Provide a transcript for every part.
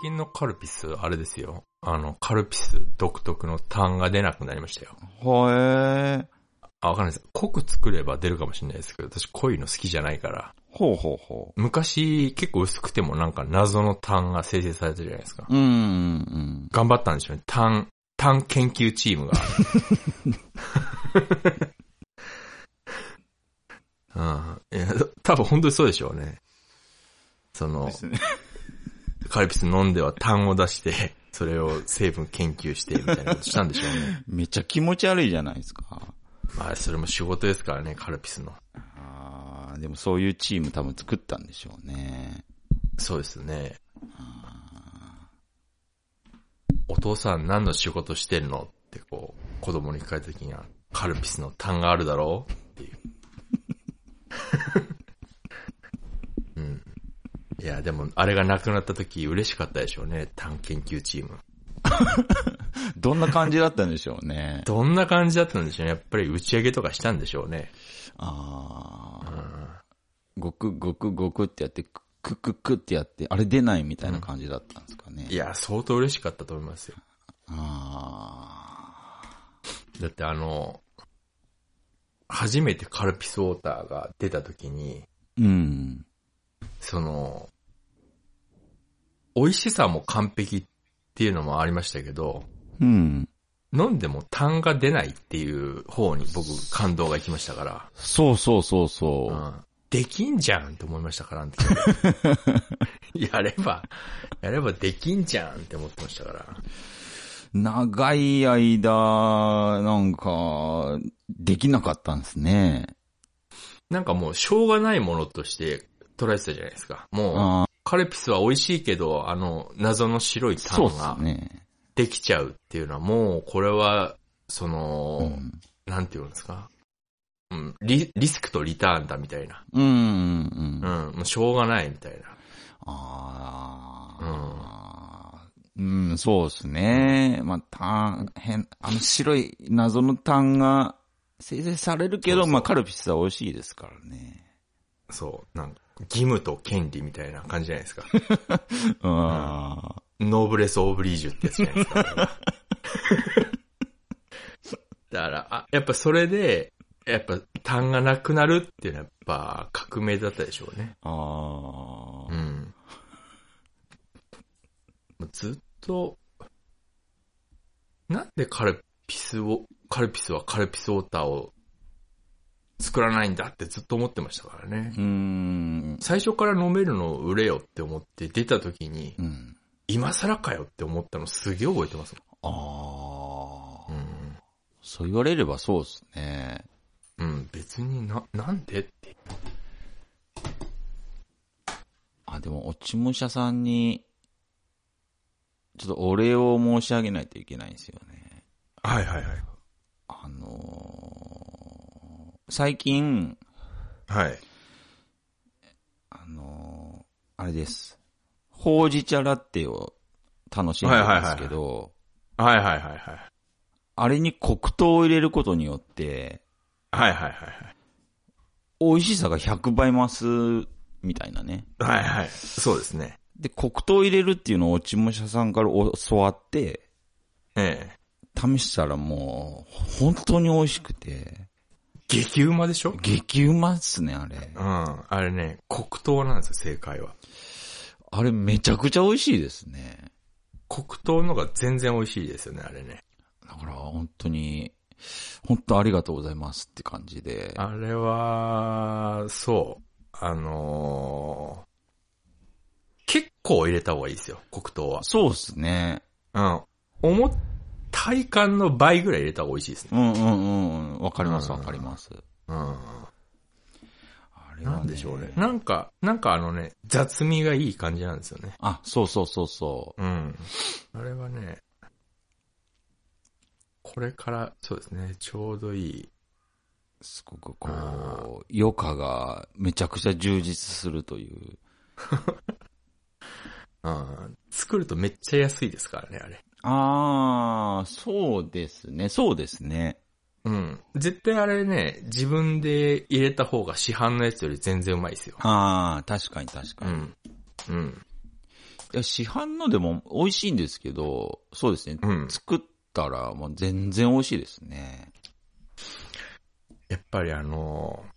近のカルピス、あれですよ。あの、カルピス独特の単が出なくなりましたよ。ほえー。あ、わかんないです。濃く作れば出るかもしれないですけど、私濃いの好きじゃないから。ほうほうほ昔、結構薄くてもなんか謎の単が生成されてるじゃないですか。う。うんうん頑張ったんでしょうね。単、単研究チームが。うん。いや、多分本当にそうでしょうね。そうん。ので、すね。カルピス飲んでは単を出して、それを成分研究してみたいなことしたんでしょうね。めっちゃ気持ち悪いじゃないですか。まあ、それも仕事ですからね、カルピスの。あーでもそういうチーム多分作ったんでしょうね。そうですね。お父さん何の仕事してるのってこう、子供に聞かれた時には、カルピスの単があるだろうっていう。 うん。いや、でも、あれがなくなった時嬉しかったでしょうね、単研究チーム。どんな感じだったんでしょうね。どんな感じだったんでしょうね。やっぱり打ち上げとかしたんでしょうね。あうーん。ごくごくごくってやって、くくくくってやって、あれ出ないみたいな感じだったんですかね。いや、相当嬉しかったと思いますよ。あだってあの、初めてカルピスウォーターが出た時に、ーうん。その、美味しさも完璧っていうのもありましたけど、うん。飲んでも痰が出ないっていう方に僕感動がいきましたから、そうそうそうそうう。ん、できんじゃんって思いましたから、あの時 やれば、やればできんじゃんって思ってましたから。長い間、なんか、できなかったんですね。なんかもうしょうがないものとして捉えてたじゃないですか。もう、あーカルピスは美味しいけど、あの、謎の白いそう痰っがすね。できちゃうっていうのはもう、これは、その、うん。なんて言うんですかうん、リ、リスクとリターンだみたいな。うんうんううん。ん、もうしょうがないみたいな。ああ。うん、そうですね。まあ、単、変、あの白い謎の単が生成されるけど、そうそうまあ、カルピスは美味しいですからね。そう、なんか、義務と権利みたいな感じじゃない ですか。ああ。ノーブレス・オブリージュってやつじゃないです か。だから、あ、やっぱそれで、やっぱ、単がなくなるっていうのはやっぱ革命だったでしょうね。あうあ。ん。 もうずっと、なんでカルピスを、カルピスはカルピスウォーターを作らないんだってずっと思ってましたからね。うん。最初から飲めるの売れよって思って出た時にう、ん。今更かよって思ったのすげえ覚えてますああ。もん。そう言われればそうですね。うん。うん、別にな、なんでって。あ、でも、落ち武者さんに、ちょっとお礼を申し上げないといけないんですよね。はいはいはい。あのー最近、はい。あのーあれです。ほうじ茶ラテを楽しんでるんですけど、はいはいはいはい。あれに黒糖を入れることによって、はいはいはい。美味しさが100倍増す、みたいなね。はいはい。そうですね。で、黒糖入れるっていうのを落ち武者さんから教わって、ええ。試したらもう、本当に美味しくて、激うまでしょ激うまっすね、あれ。うん。あれね、黒糖なんですよ、正解は。あれめちゃくちゃ美味しいですね。黒糖のが全然美味しいですよね、あれね。だから本当に、本当ありがとうございますって感じで。あれは、そう。あのー結構入れた方がいいですよ、黒糖は。そうですね。うん。思っ体感の倍ぐらい入れた方が美味しいですね。うんうんうんうん。わかりますうんわかります。うん。あれは、ね、なんでしょうね。なんか、なんかあのね、雑味がいい感じなんですよね。あ、そうそうそうそう。うん。あれはね、これから、そうですね、ちょうどいい。すごくこう、余暇がめちゃくちゃ充実するという。うん。作るとめっちゃ安いですからね、あれ。あー、そうですね、そうですね。うん。絶対あれね、自分で入れた方が市販のやつより全然うまいですよ。あー、確かに確かうに。ん。うん。いや、市販のでも美味しいんですけど、そうですね。うん作ったらもう全然美味しいですね。やっぱりあのー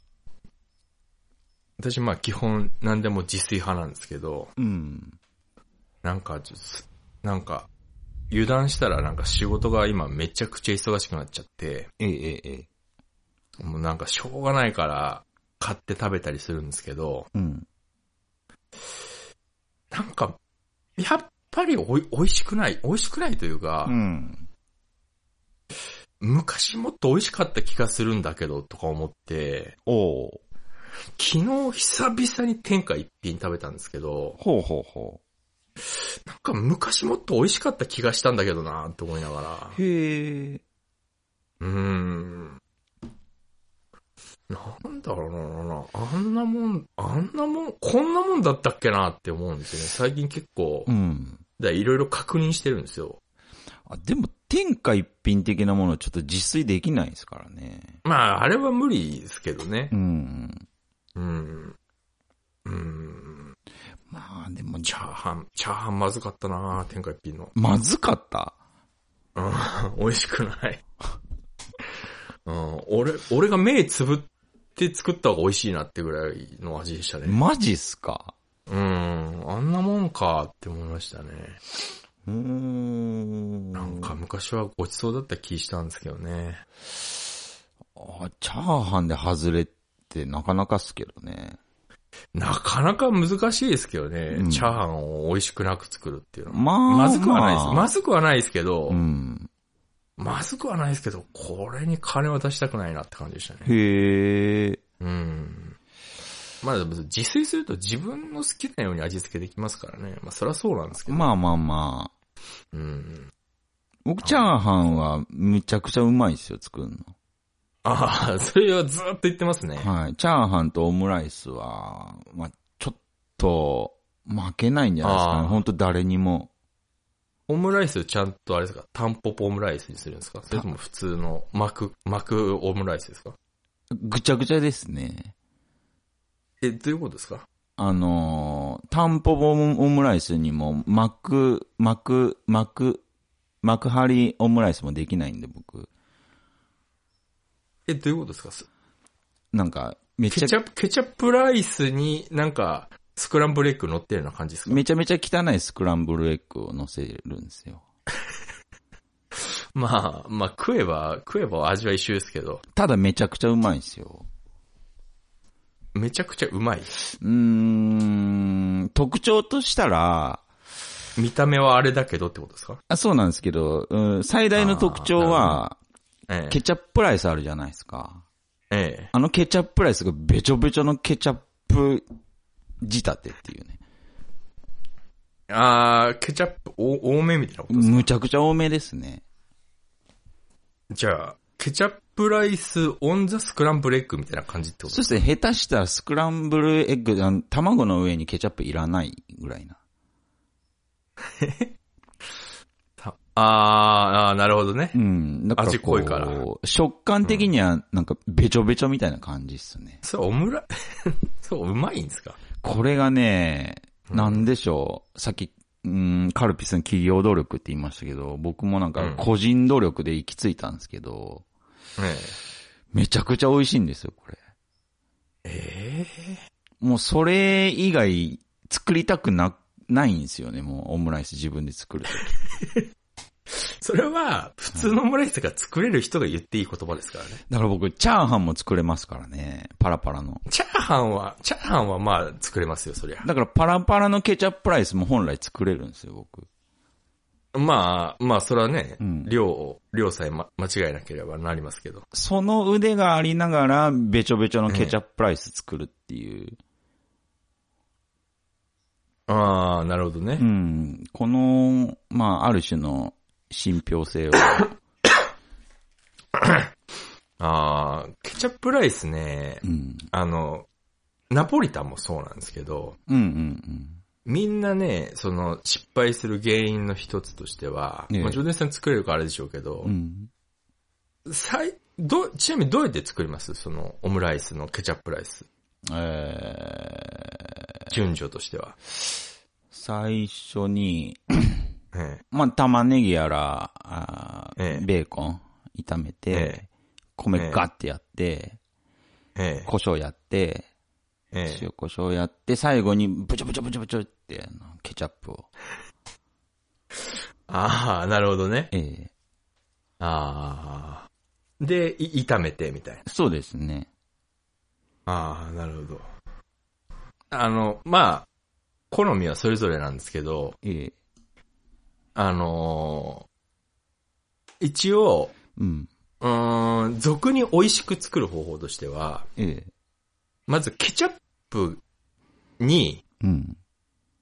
私まあ基本何でも自炊派なんですけど、うん。なんかちょっとす、なんか、油断したらなんか仕事が今めちゃくちゃ忙しくなっちゃって、ええええええ。もうなんかしょうがないから買って食べたりするんですけど、うん。なんか、やっぱりおい美味しくない、美味しくないというか、うん。昔もっと美味しかった気がするんだけどとか思って、おう昨日久々に天下一品食べたんですけど、ほうほうほなんか昔もっと美味しかった気がしたんだけどなって思いながら。う。へえ。うーん。なんだろうな、あんなもん、あんなもん、こんなもんだったっけなって思うんですよね。最近結構う、ん。だいろいろ確認してるんですよ。あ、でも天下一品的なものはちょっと自炊できないですからね。まあ、あれは無理ですけどねう。ん。うん。うん。まあでも、チャーハン、チャーハンまずかったな天下一品の。まずかった。うん、美 味しくない。うん、俺、俺が目つぶって作った方が美味しいなってぐらいの味でしたね。マジっすかうん、あんなもんかって思いましたね。うーん。なんか昔はごちそうだった気したんですけどね。あ。チャーハンで外れってなかなかっすけどね。なかなか難しいですけどね、うんチャーハンを美味しくなく作るっていうのは。まあ。まずくはないです。ままあずくはないですけど、うん。まずくはないですけど、これに金は出したくないなって感じでしたね。へえ。うん。まあ、でも自炊すると自分の好きなように味付けできますからね。まあ、そりゃそうなんですけど。まあまあまあ。うん。僕、チャーハンはむちゃくちゃうまいですよ、作るの。ああ、それはずーっと言ってますね。はい。チャーハンとオムライスは、まあ、ちょっと、負けないんじゃないですかあーね。本当誰にも。オムライスちゃんとあれですか、タンポポオムライスにするんですかそれとも普通の巻く、巻くオムライスですかぐちゃぐちゃですね。え、どういうことですかあのー、タンポポオムライスにも、巻く、巻く、巻く、巻く張りオムライスもできないんで、僕。え、どういうことですかすなんか、めケちチゃ、ャップ、ケチャップライスになんか、スクランブルエッグ乗ってるような感じですかめちゃめちゃ汚いスクランブルエッグを乗せるんですよ。まあ、まあ食えば、食えば味は一緒ですけど、ただめちゃくちゃうまいんですよ。めちゃくちゃうまい。うーん、特徴としたら、見た目はあれだけどってことですかあそうなんですけど、うん、最大の特徴は、ええケ。チャップライスあるじゃないですか。ええ。あのケチャップライスがべちょべちょのケチャップ仕立てっていうね。あー、ケチャップお多めみたいなことですかむちゃくちゃ多めですね。じゃあ、ケチャップライスオンザスクランブルエッグみたいな感じってことそですかして下手したらスクランブルエッグ、あの卵の上にケチャップいらないぐらいな。たあーあー、なるほどねう。ん。だからこう味濃いから食感的にはなんかべちょべちょみたいな感じっすね。そう、オムラ、 そう、うまいんですかこれがね、なんでしょう。さっき、うん、カルピスの企業努力って言いましたけど、僕もなんうんか個人努力で行き着いたんですけど、ねめちゃくちゃ美味しいんですよ、これ。え。もうそれ以外作りたくな、ないんですよね、もうオムライス自分で作ると。それは、普通のオムライスが作れる人が言っていい言葉ですからね。だから僕、チャーハンも作れますからね、パラパラの。チャーハンは、チャーハンはまあ作れますよ、そりゃ。だからパラパラのケチャップライスも本来作れるんですよ、僕。まあ、まあ、それはね、うん量を、量さえ、ま、間違えなければなりますけど。その腕がありながら、べちょべちょのケチャップライス作るっていう。ああ、なるほどうね。ん。この、まあ、ある種の信 憑性を。ああ、ケチャップライスねう、ん。あの、ナポリタンもそうなんですけど、うんうんみんなね、その、失敗する原因の一つとしては、ええまあ、ジョデンさん作れるからあれでしょうけど、うん。うん。最、ど、ちなみにどうやって作りますその、オムライスのケチャップライス。えー、順序としては。最初に、えまあ、玉ねぎやら、あーええベーコン炒めて、えええ米えガッてやって、え、え胡椒やって、え、ええ塩胡椒やって、最後にブチョブチョブチョブチョって、あのケチャップを。ああ、なるほどね。ええああ。で、い炒めて、みたいな。そうですね。ああ、なるほど。あの、まあ、好みはそれぞれなんですけど、ええあのー一応、うん。うーん、俗に美味しく作る方法としては、ええまずケチャップに、うん。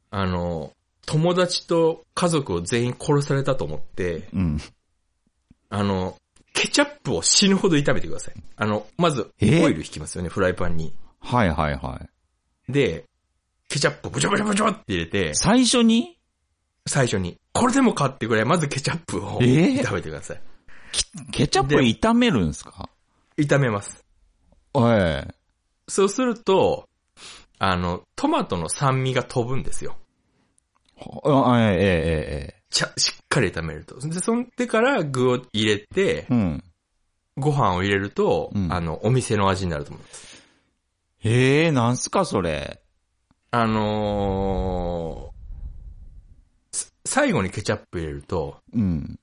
あの、友達と家族を全員殺されたと思って、うん。あの、ケチャップを死ぬほど炒めてください。あの、まず、オイえル引きますよね、フライパンに。はいはいはい。で、ケチャップをブチョブチョブチョって入れて、最初に最初に、これでもかってぐらい、まずケチャップをえー炒めてください。ケチャップ炒めるんですか炒めます。ええそうすると、あの、トマトの酸味が飛ぶんですよ。ほあええええちゃ、しっかり炒めると。で、そんでから具を入れてええ、うん。ご飯を入れると、うんあの、お店の味になると思います。ええなんすかそれ。あのーす最後にケチャップ入れると、うん。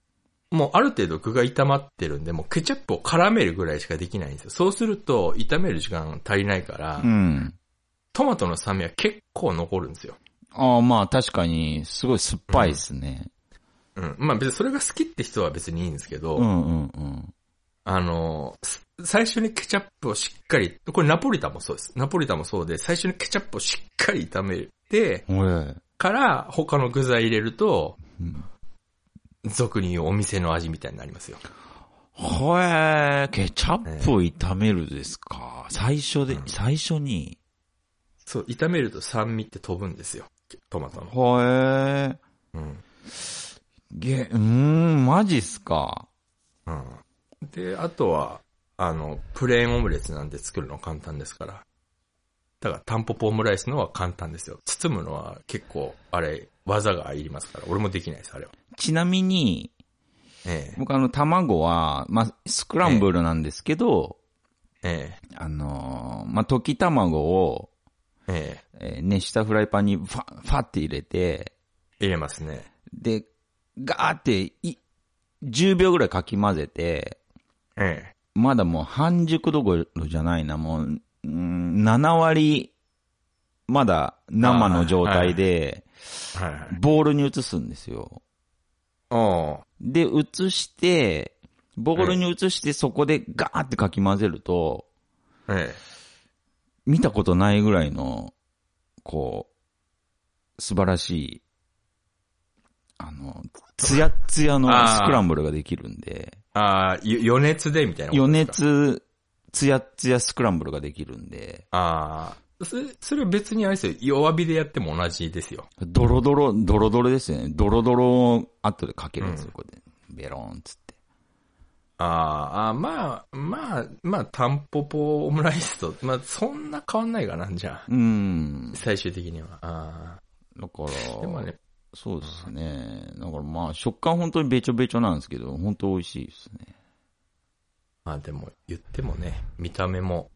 もうある程度具が炒まってるんで、もうケチャップを絡めるぐらいしかできないんですよ。そうすると、炒める時間足りないから、うん。トマトの酸味は結構残るんですよ。ああ、まあ確かに、すごい酸っぱいですね。うん。まあ別にそれが好きって人は別にいいんですけど、うんうんうん。あのー、す最初にケチャップをしっかり、これナポリタンもそうです。ナポリタンもそうで、最初にケチャップをしっかり炒めて、えから他の具材入れると、えうん俗に言うお店の味みたいになりますよ。ほえー、ケチャップを炒めるですか。最初で、最初に。そう、炒めると酸味って飛ぶんですよ。トマトの。ほえー、うん。げ、うーん、マジっすか。うん。で、あとは、あの、プレーンオムレツなんて作るの簡単ですから。だから、タンポポオムライスのは簡単ですよ。包むのは結構、あれ、技がいりますから。俺もできないです、あれは。ちなみに、ええ。僕あの、卵は、まあ、スクランブルなんですけど、えあのーまあ、溶き卵を、え。ええー熱したフライパンにファ、ファって入れて、え。入れますね。で、ガーって、い、10秒ぐらいかき混ぜて、えまだもう半熟どころじゃないな、もう、うん、7割、まだ生の状態で、え。はいはい。ボールに移すんですよ。おうで、移して、ボールに移してそこでガーってかき混ぜると、え見たことないぐらいの、こう、素晴らしい、あの、ツヤッツヤのあースクランブルができるんで、え。ああ、よ余熱でみたいなこと余ですか。熱、ツヤッツヤスクランブルができるんで、ああ。それ、それは別にあれですよ。弱火でやっても同じですよ。ドロドロ、ドロドロですよね。ドロドロを後でかけるんですよ、うんこれで。ベローンっつって。あーあー、まあ、まあ、まあ、タンポポオムライスと、まあ、そんな変わんないかな、じゃあ。うーん。だ最終的には。あかあ。ら、でもね、そうですね。だからまあ、食感本当にべちょべちょなんですけど、本当美味しいですね。まあでも、言ってもね、見た目も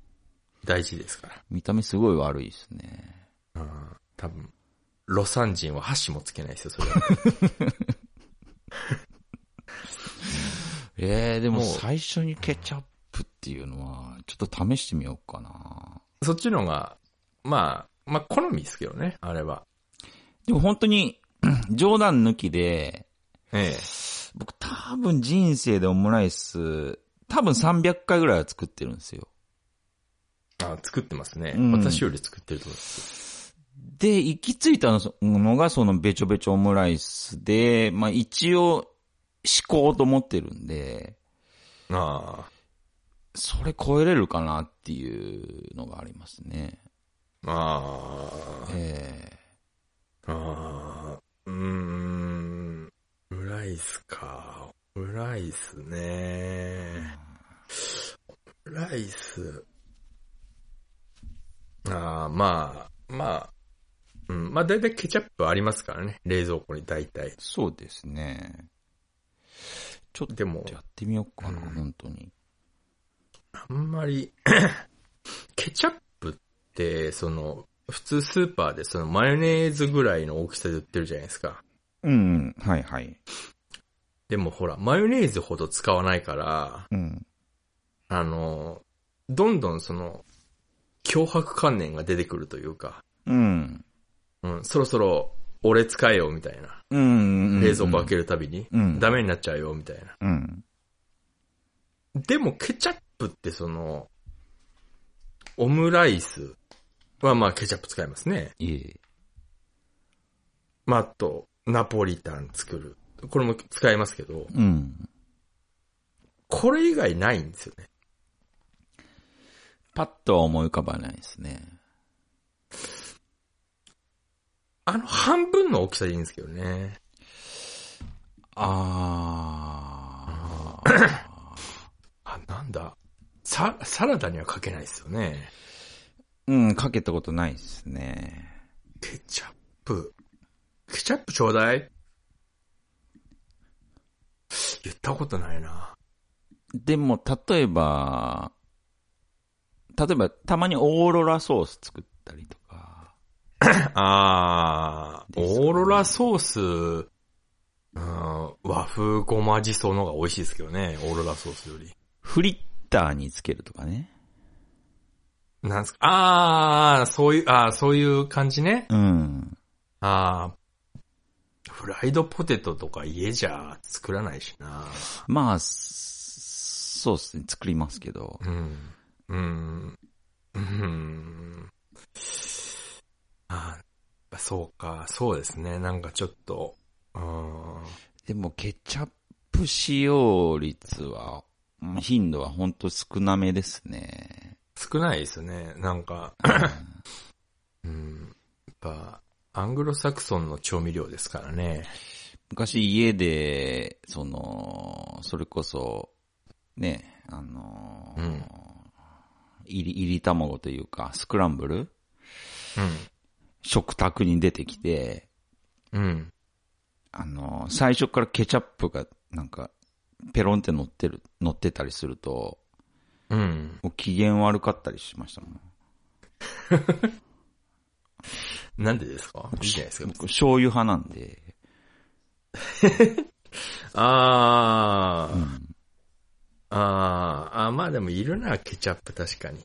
大事ですか見た目すごい悪いですね。ら。うん。多分、ロサン人は箸もつけないですよ、それは。 ええでももう最初にケチャップっていうのは、ちょっと試してみようかな。そっちの方が、まあ、まあ、好みですけどね、あれは。でも本当に、 冗談抜きで、ええ。僕多分人生でオムライス、多分300回ぐらいは作ってるんですよ。あ作ってますね。うん私より作ってると思います。で、行き着いたのがそのべちょべちょオムライスで、まあ一応、思考と思ってるんで、ああ。それ超えれるかなっていうのがありますね。ああ。えああ、うーん、オムライスか。オムライスね。オムライス。ああ、まあ、まあ、うん。まあ、だいたいケチャップありますからね。冷蔵庫に大体。そうですね。ちょっでもと、やってみようかな、うん本当に。あんまり、 ケチャップって、その、普通スーパーでそのマヨネーズぐらいの大きさで売ってるじゃないですか。うん、うん、はいはい。でもほら、マヨネーズほど使わないから、うん。あの、どんどんその、脅迫観念が出てくるというか、うん。うん、そろそろ、俺使えよ、みたいな。うんうん。うん冷蔵庫開けるたびに、うんダメになっちゃうよ、みたいな。うん。でも、ケチャップってその、オムライスはまあケチャップ使いますね。いえ。まあ、あと、ナポリタン作る。これも使いますけど、うん。これ以外ないんですよね。パッとは思い浮かばないですね。あの、半分の大きさでいいんですけどね。ああ、なんだ。サ、サラダにはかけないですよね。ー。 うん、かけたことないですね。ケチャップ。ケチャップちょうだい言ったことないな。でも、例えば、例えば、たまにオーロラソース作ったりとか。あー、ですかねオーロラソース、うん、和風ごまじその方が美味しいですけどね、オーロラソースより。フリッターにつけるとかね。なんすかあー、そういう、あー、そういう感じね。うん。あー、フライドポテトとか家じゃ作らないしな。まあ、そそうですね。作りますけど。うん。うん。うん。あーそうか、そうですね。なんかちょっと、うん。でも、ケチャップ使用率は、うん頻度はほんと少なめですね。少ないですね。なんか、うん。やっぱ、アングロサクソンの調味料ですからね。昔家で、その、それこそ、ね、あのーうん入り、入り卵というか、スクランブルう食卓に出てきて、ん。うん。あのー最初からケチャップが、なんか、ペロンって乗ってる、乗ってたりすると、うん。もう機嫌悪かったりしましたもん。なんでですかいいじゃないですか。僕醤油派なんで、あうー。んあー。あーまあでもいるな、ケチャップ確かに。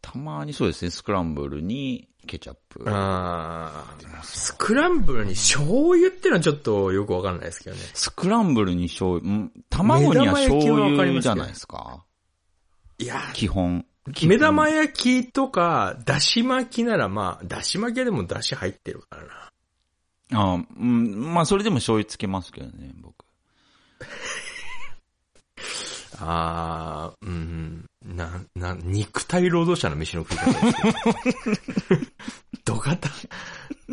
たまにそうですね、スクランブルにケチャップ。あー。スクランブルに醤油ってのはちょっとよくわかんないですけどね。スクランブルに醤油、ん卵には醤目玉焼きはわかり油ますけじどゃないですかいや基本。ー、目玉焼きとか、だし巻きならまあ、だし巻きはでもだし入ってるからな。あうん、まあそれでも醤油つけますけどね、僕。あー、うん、な、な、肉体労働者の飯の食い方ですけ ど。ド型、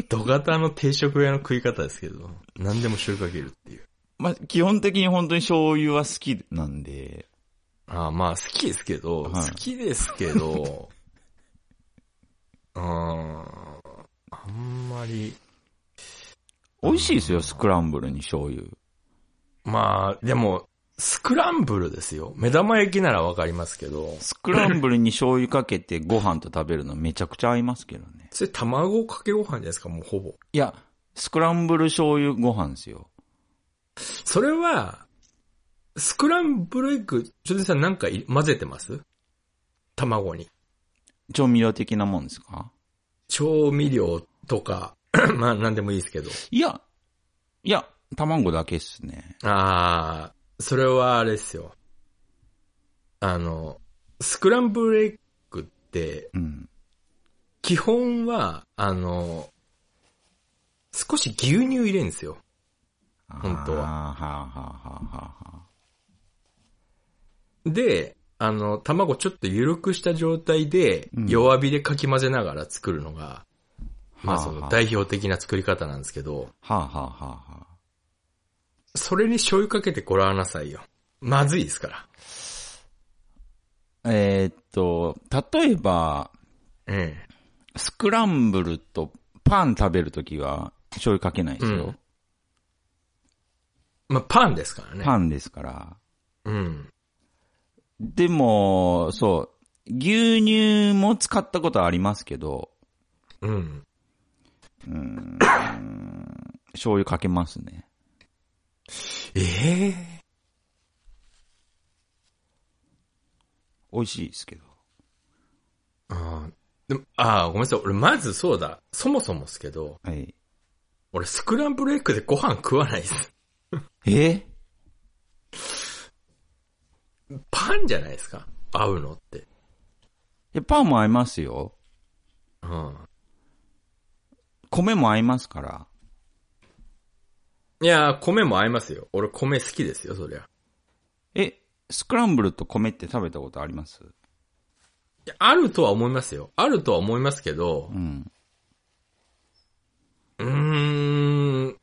ド型の定食屋の食い方ですけど、何でも醤油かけるっていう。まあ基本的に本当に醤油は好きなんで、あーまあ好きですけど、はい好きですけど、 うーん、あんまり、美味しいですよ、スクランブルに醤油。まあ、でも、スクランブルですよ。目玉焼きならわかりますけど、スクランブルに醤油かけてご飯と食べるのめちゃくちゃ合いますけどね。それ卵かけご飯じゃないですか、もうほぼ。いや、スクランブル醤油ご飯ですよ。それは、スクランブルエッグ、ちょさんなんかい混ぜてます卵に。調味料的なもんですか調味料とか、 まあなんでもいいですけど。いや、いや、卵だけっすね。あー、それはあれですよ。あの、スクランブルエッグって、うん。基本は、あの、少し牛乳入れるんですよ。本当はあーはあ、はあはあはあはあ、で、あの、卵ちょっと緩くした状態でう、ん弱火でかき混ぜながら作るのが、まあそはあはのあ代表的な作り方なんですけど、はあはあはあはあ。それに醤油かけてごらんなさいよ。まずいですから。えーっと、例えば、ええ。スクランブルとパン食べるときは醤油かけないですよ。まあ、パンですからね。パンですから。うん。でも、そう、牛乳も使ったことはありますけど、うん。醤油かけますね。ええ美味しいですけど。あーでもあー、ごめんなさい。俺、まずそうだ。そもそもですけど、はい。俺、スクランブルエッグでご飯食わないです。えパンじゃないですか合うのって。いやパンも合いますよ。うん。米も合いますから。いやー、米も合いますよ。俺、米好きですよ、そりゃ。え、スクランブルと米って食べたことありますいやあるとは思いますよ。あるとは思いますけどう、ん。うーん、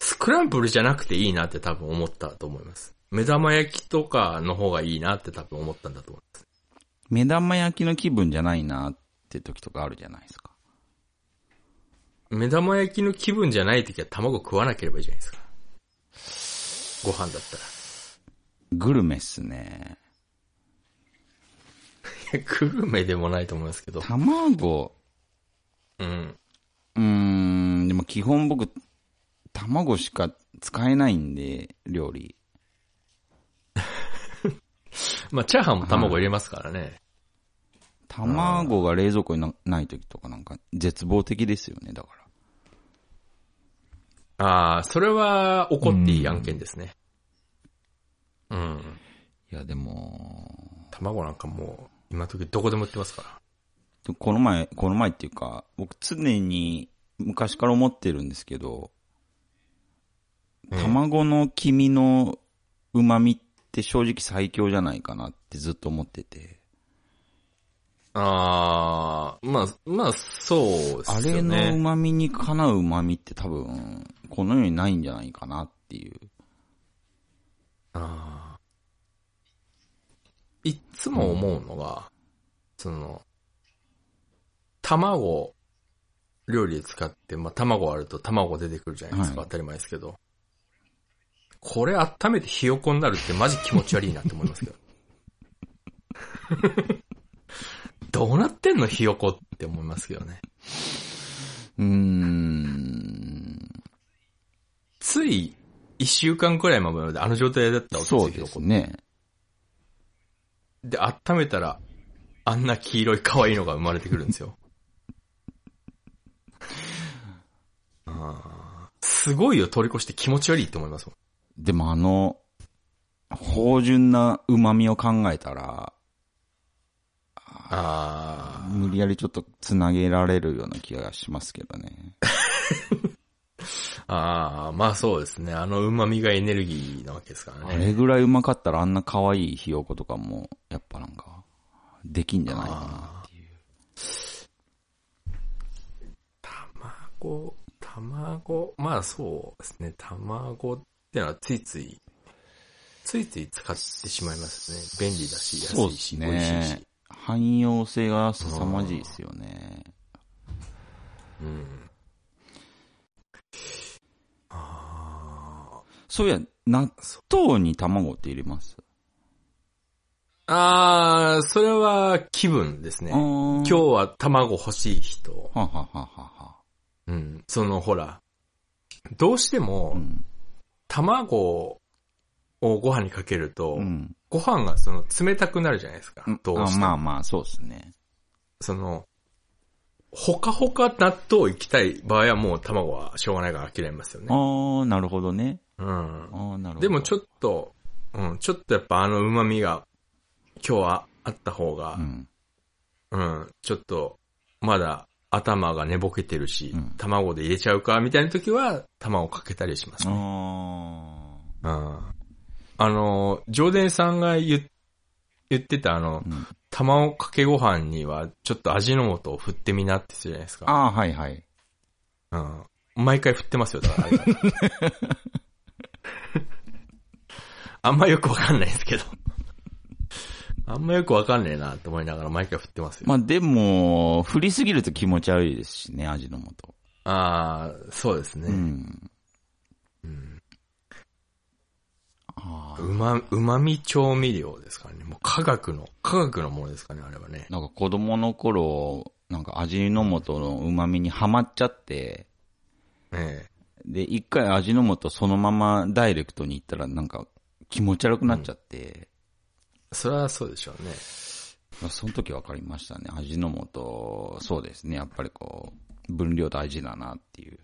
スクランブルじゃなくていいなって多分思ったと思います。目玉焼きとかの方がいいなって多分思ったんだと思います。目玉焼きの気分じゃないなって時とかあるじゃないですか。目玉焼きの気分じゃない時は卵食わなければいいじゃないですか。ご飯だったら。グルメっすね。いやグルメでもないと思いますけど。卵、うん。うーん、でも基本僕、卵しか使えないんで、料理。まあ、チャーハンも卵入れますからね。卵が冷蔵庫になない時とかなんか絶望的ですよね、だから。ああ、それは怒っていい案件ですね。うん。いや、でも、卵なんかもう、今時どこでも売ってますから。でもこの前、この前っていうか、僕常に昔から思ってるんですけど、うん卵の黄身の旨味って正直最強じゃないかなってずっと思ってて、ああ、まあ、まあ、そうあですれよね。の旨味にかなう旨味って多分、この世にないんじゃないかなっていう。あーいっつも思うのが、その、卵、料理で使って、まあ、卵あると卵出てくるじゃないですか、はい当たり前ですけど。これ温めてひよこになるってマジ気持ち悪いなって思いますけど。 どうなってんのひよこって思いますけどね。うーん、つい、一週間くらい前まであの状態だったわけですよ、そうひでよこすね。で、温めたら、あんな黄色い可愛いのが生まれてくるんですよ。あーすごいよ、通り越して気持ち悪いって思いますもでもあの、芳醇な旨味を考えたら、ん。あ無理やりちょっと繋げられるような気がしますけどね。ーあー、まあそうですね。あの旨味がエネルギーなわけですからあね。れぐらいうまかったらあんな可愛いひよことかも、やっぱなんか、できんじゃないかなっていう。卵、卵、まあそうですね。卵ってのはついつい、ついつい使ってしまいますね。便利だし、そう安いですし、美味しいねし。。汎用性が凄まじいですよね。うん。そういや、納豆に卵って入れます。ああ、それは気分ですね。今今日は卵欲しい人。ははははは。うん。そのほら、どうしてうもん。卵をご飯にかけると、うん。ご飯がその冷たくなるじゃないですか。どうあしても。まあまあ、そうですね。その、ほかほか納豆行きたい場合はもう卵はしょうがないから諦めますよね。ああ、なるほどね。うん。ああ、なるほど。でもちょっっと、うん、ちょっとやっぱあの旨味が今日はあった方とがう、ん。うん、ちょっと、まだ頭が寝ぼけてるし、うん卵で入れちゃうか、みたいな時は、卵かけたりします、ね。あうん。あの、ジョーデンさんが言っ言ってた、あのあ。、うん、卵かけご飯には、ちょっと味の素を振ってみなって言ってたじゃないですか。ああ、はいはい。うん。毎回振ってますよ、だからあれ。あんまよくわかんないですけど。あんまよくわかんねえなと思いながら毎回振ってますよ。まあでも、振りすぎると気持ち悪いですしね、味の素。ああ、そうですうね。ん。うん。あうあ。ま、うまみ調味料ですからね。もう科学の、科学のものですかね、あれはね。なんか子供の頃、なんか味の素の旨味にハマっちゃって、えで、一回味の素そのままダイレクトに行ったらなんか気持ち悪くなっちゃって、え。それはそうでしょうね。まあその時分かりましたね。味の素、そうですね。やっぱりこう、分量大事だなっていう。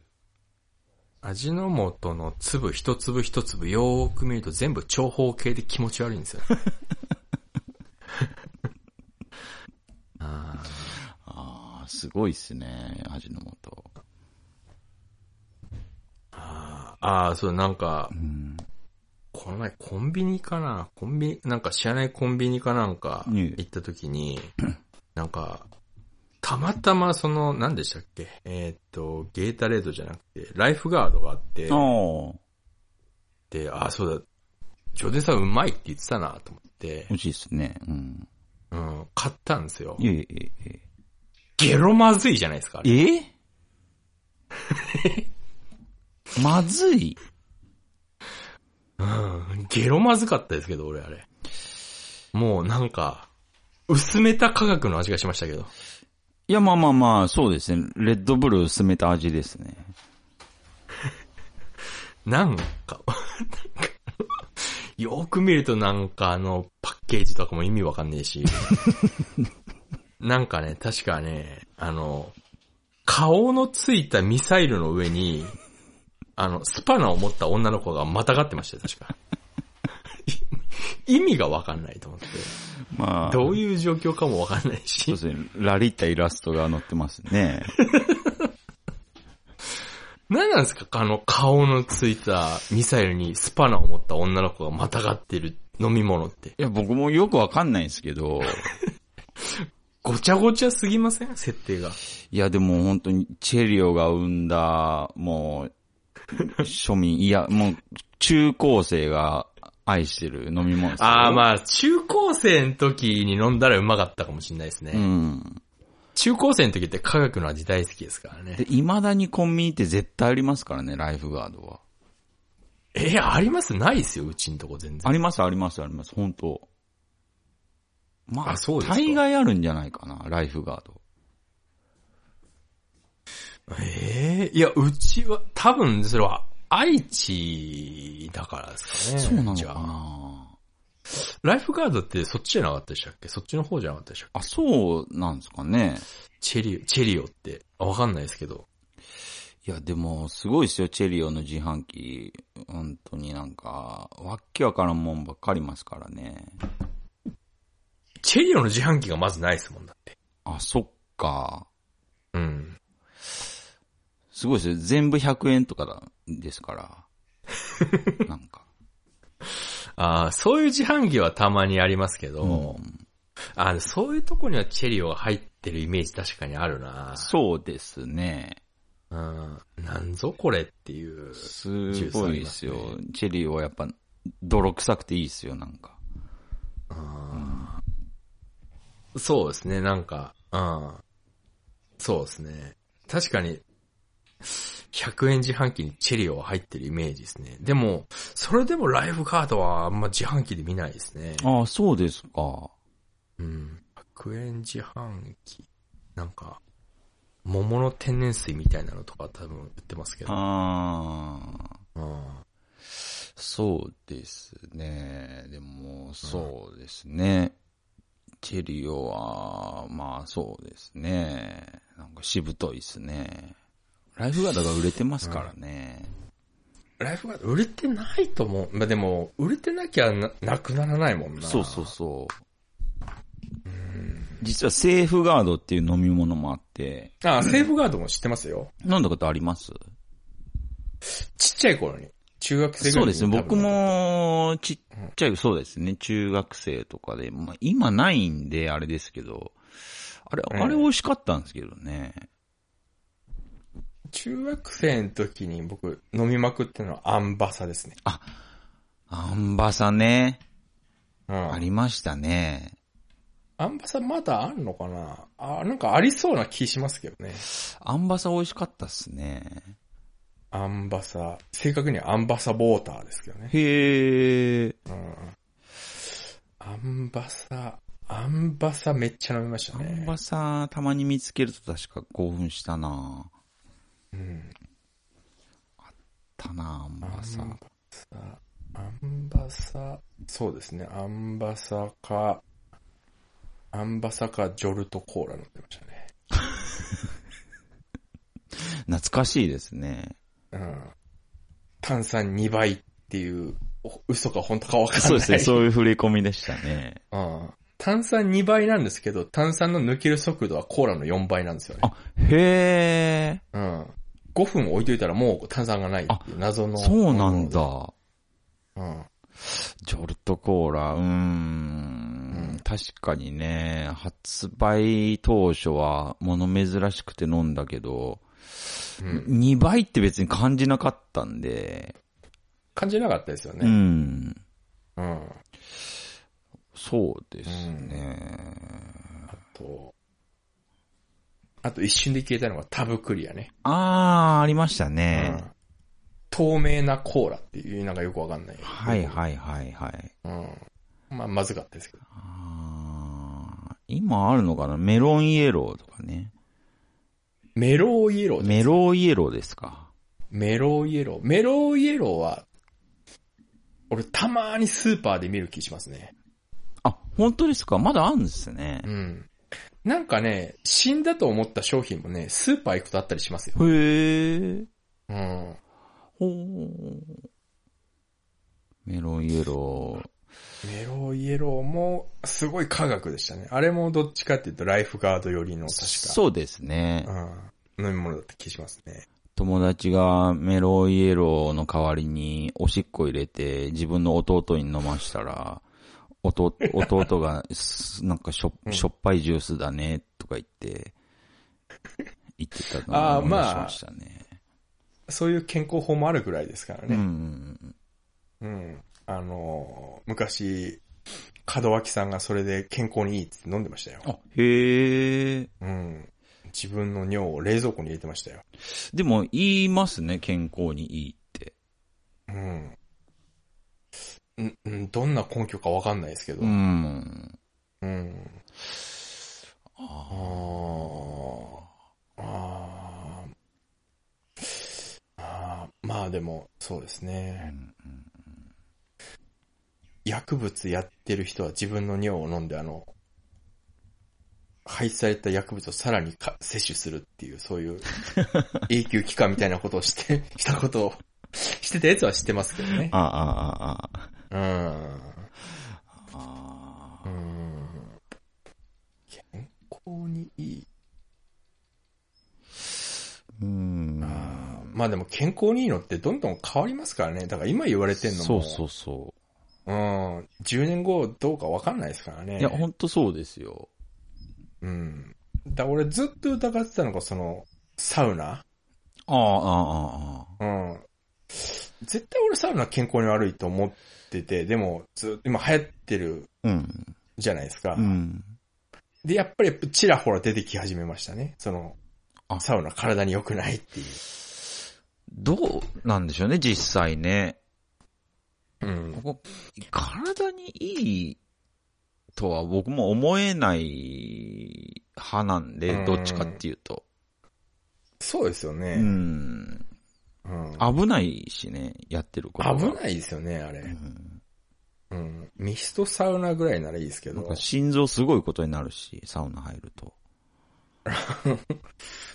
味の素の粒一粒一粒よーく見ると全部長方形で気持ち悪いんですよ。あーああ、すごいっすね。味の素。あー、そう、なんかう、ん。この前コンビニかなコンビニ、なんか知らないコンビニかなんかね行った時に、なんか、たまたまその、何でしたっけえーっと、ゲータレードじゃなくて、ライフガードがあって、ああ。で、あー、そうだ、ジョデさんうまいって言ってたなと思って美、味しいっすね。うん。うん、買ったんですよ。いえいえいゲロまずいじゃないですか、あれえ。え まずいうん、ゲロまずかったですけど、俺あれ。もうなんか、薄めた科学の味がしましたけど。いや、まあまあまあ、そうですね。レッドブル薄めた味ですね。なんか、 なんかよーく見るとなんかあの、パッケージとかも意味わかんねえし。なんかね、確かね、あの、顔のついたミサイルの上に、あの、スパナを持った女の子がまたがってましたよ、確か。 意味がわかんないと思って。まあ、どういう状況かもわかんないし。そうですね。ラリったイラストが載ってます ね。何なんですかあの、顔のついたミサイルにスパナを持った女の子がまたがってる飲み物って。いや、僕もよくわかんないんですけど、ごちゃごちゃすぎません設定が。いや、でも本当に、チェリオが生んだ、もう、庶民、いや、もう、中高生が愛してる飲み物ですよああ、まあ、中高生の時に飲んだらうまかったかもしれないですね。うん。中高生の時って科学の味大好きですからねで、。未だにコンビニって絶対ありますからね、ライフガードは。えーありますないですよ、うちんとこ全然。あります、あります、あります、本当まあ、あそうですか大概あるんじゃないかな、ライフガード。ええいや、うちは、多分、それは、愛知だからですかね。そうなのじかゃあなライフガードってそっちじゃなかったでしたっけそっちの方じゃなかったでしたっけあ、そうなんですかね。チェリオ、チェリオって、あわかんないですけど。いや、でも、すごいですよ、チェリオの自販機。本当になんか、わっけわからんもんばっかりますからね。チェリオの自販機がまずないですもんだって。あ、そっか。うん。すごいですよ、全部100円とかだです から。なんか。ああ、そういう自販機はたまにありますけど、うんあのそういうとこにはチェリオが入ってるイメージ確かにあるなそうですね。うん。なんぞこれっていう。すごいでジすュースありよ。チェリーはやっぱ、泥臭くていいですよ、なんか。そうですね、なんか、うん。そうですね。確かに、100円自販機にチェリオは入ってるイメージですね。でも、それでもライフカードはあんま自販機で見ないですね。ああ、そうですか。うん。100円自販機。なんか、桃の天然水みたいなのとか多分売ってますけど。あうあ、んそうですね。でも、そうですね。チェリオは、まあそうですね。なんかしぶといですね。ライフガードが売れてますからね。ライフガード売れてないと思う。まあ、でも、売れてなきゃななくならないもんな。そうそうそう。実はセーフガードっていう飲み物もあって、ああ、セーフガードも知ってますよ。飲んだことありますちっちゃい頃に。中学生ぐそらういでにすね。僕。も、ちっちゃい、そうですね。中学生とかで、まあ、今ないんで、あれですけど、あれ、ええあれ美味しかったんですけどね。中学生の時に僕飲みまくってのはアンバサですね。アンバサね。うん。ありましたね。アンバサまだあんのかなあ、なんかありそうな気しますけどね。アンバサ美味しかったっすね。アンバサ、正確にはアンバサボーターですけどね。へえ。うん。アンバサ、アンバサめっちゃ飲みましたアンね。バサたまに見つけると確か興奮したなうん。たなアンバサア。ンバサ、アンバサ、そうですね。アンバサか、アンバサかジョルトコーラ飲んでましたね。懐かしいですね。うん。炭酸2倍っていう、お嘘か本当かわかんない。そうですね、 そういう振り込みでしたね。うん。炭酸2倍なんですけど、炭酸の抜ける速度はコーラの4倍なんですよね。あ、へえ。うん。5分置いといたらもう炭酸がないっていう謎の。そうなんだ。うん。ジョルトコーラ、うーん。確かにね、発売当初は物珍しくて飲んだけど、うん。 2倍って別に感じなかったんで、感じなかったですようね。ん。うん。そうですね。と、あと一瞬で消えたのがタブクリアね。あー、ありましたうねん。。透明なコーラっていう、なんかよくわかんない。はいはいはいはい。うん。まあ、まずかったですけど。あー今あるのかなメロンイエローとかね。メローイエローメローイエローですか。メローイエロー。メローイエローは、俺たまーにスーパーで見る気しますね。あ、本当ですかまだあるんですねう。ん。なんかね、死んだと思った商品もね、スーパー行くとあったりしますよ。へー。うん。ほー。メロンイエロー。メローイエローも、すごい科学でしたね。あれもどっちかっていうと、ライフガード寄りの、確か。そうですね。うん。飲み物だって気しますね。友達がメロンイエローの代わりにおしっこ入れて自分の弟に飲ましたら、弟、 弟が、すなんかしょ、しょっぱいジュースだね、とか言って、言ってたのあをー思い出まあしましたね。そういう健康法もあるぐらいですからうんうね。んうん。うん。あのー昔、門脇さんがそれで健康にいいって飲んでましたよ。あ、へえ。うん。自分の尿を冷蔵庫に入れてましたよ。でも言いますね、健康にいいって。うん。んん、どんな根拠かわかんないですけど。うん。うん。ああーあーあー。まあでも、そうですーうね。ん薬物やってる人は自分の尿を飲んで、あの、排出された薬物をさらにか摂取するっていう、そういう 永久期間みたいなことをして、 したことを、してたやつは知ってますけどね。ああああうん。ああうあん。健康にいい。うんあーまあでも健康にいいのってどんどん変わりますからね。だから今言われてんのも。そうそうそうん。10年後どうかわかんないですからう。ね。いや、ほんとそうですよ。うん。だから俺ずっと疑ってたのがその、サウナああ、ああ、あうん。絶対俺サウナ健康に悪いと思ってて、でもずっと今流行ってるあ。うん。じゃないですか。うん。で、やっぱりちらほら出てき始めましたね。その、あサウナ体に良くないっていう。どうなんでしょうね、実際ね。うん。ここ体にいいとは僕も思えない派なんうで、んどっちかっていうと。そうですようね。うん。ん。危ないしね、やってることが。危ないですよね、あれ。うんうん。ミストサウナぐらいならいいですけなんどか。心臓すごいことになるし、サウナ入ると。あ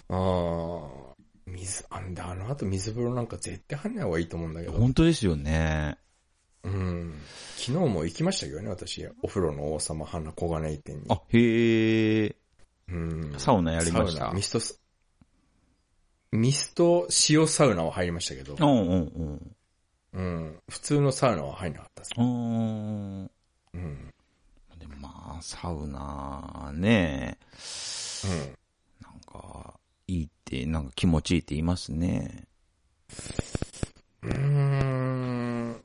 あ。水、あんだ、あの後水風呂なんか絶対入んない方がいいと思うんだけど。本当ですよね。うん。昨日も行きましたけどね、私。お風呂の王様、花小金井店に。あ、へえ。うん。サウナやりましサウたナ。ミストス、ミスト塩サウナは入りましたけどう。んうんうん。うん。普通のサウナは入んなかったです。うーん。うん。うん。でもまあ、サウナね、なんか、いいって、なんか気持ちいいって言いますね。うーん。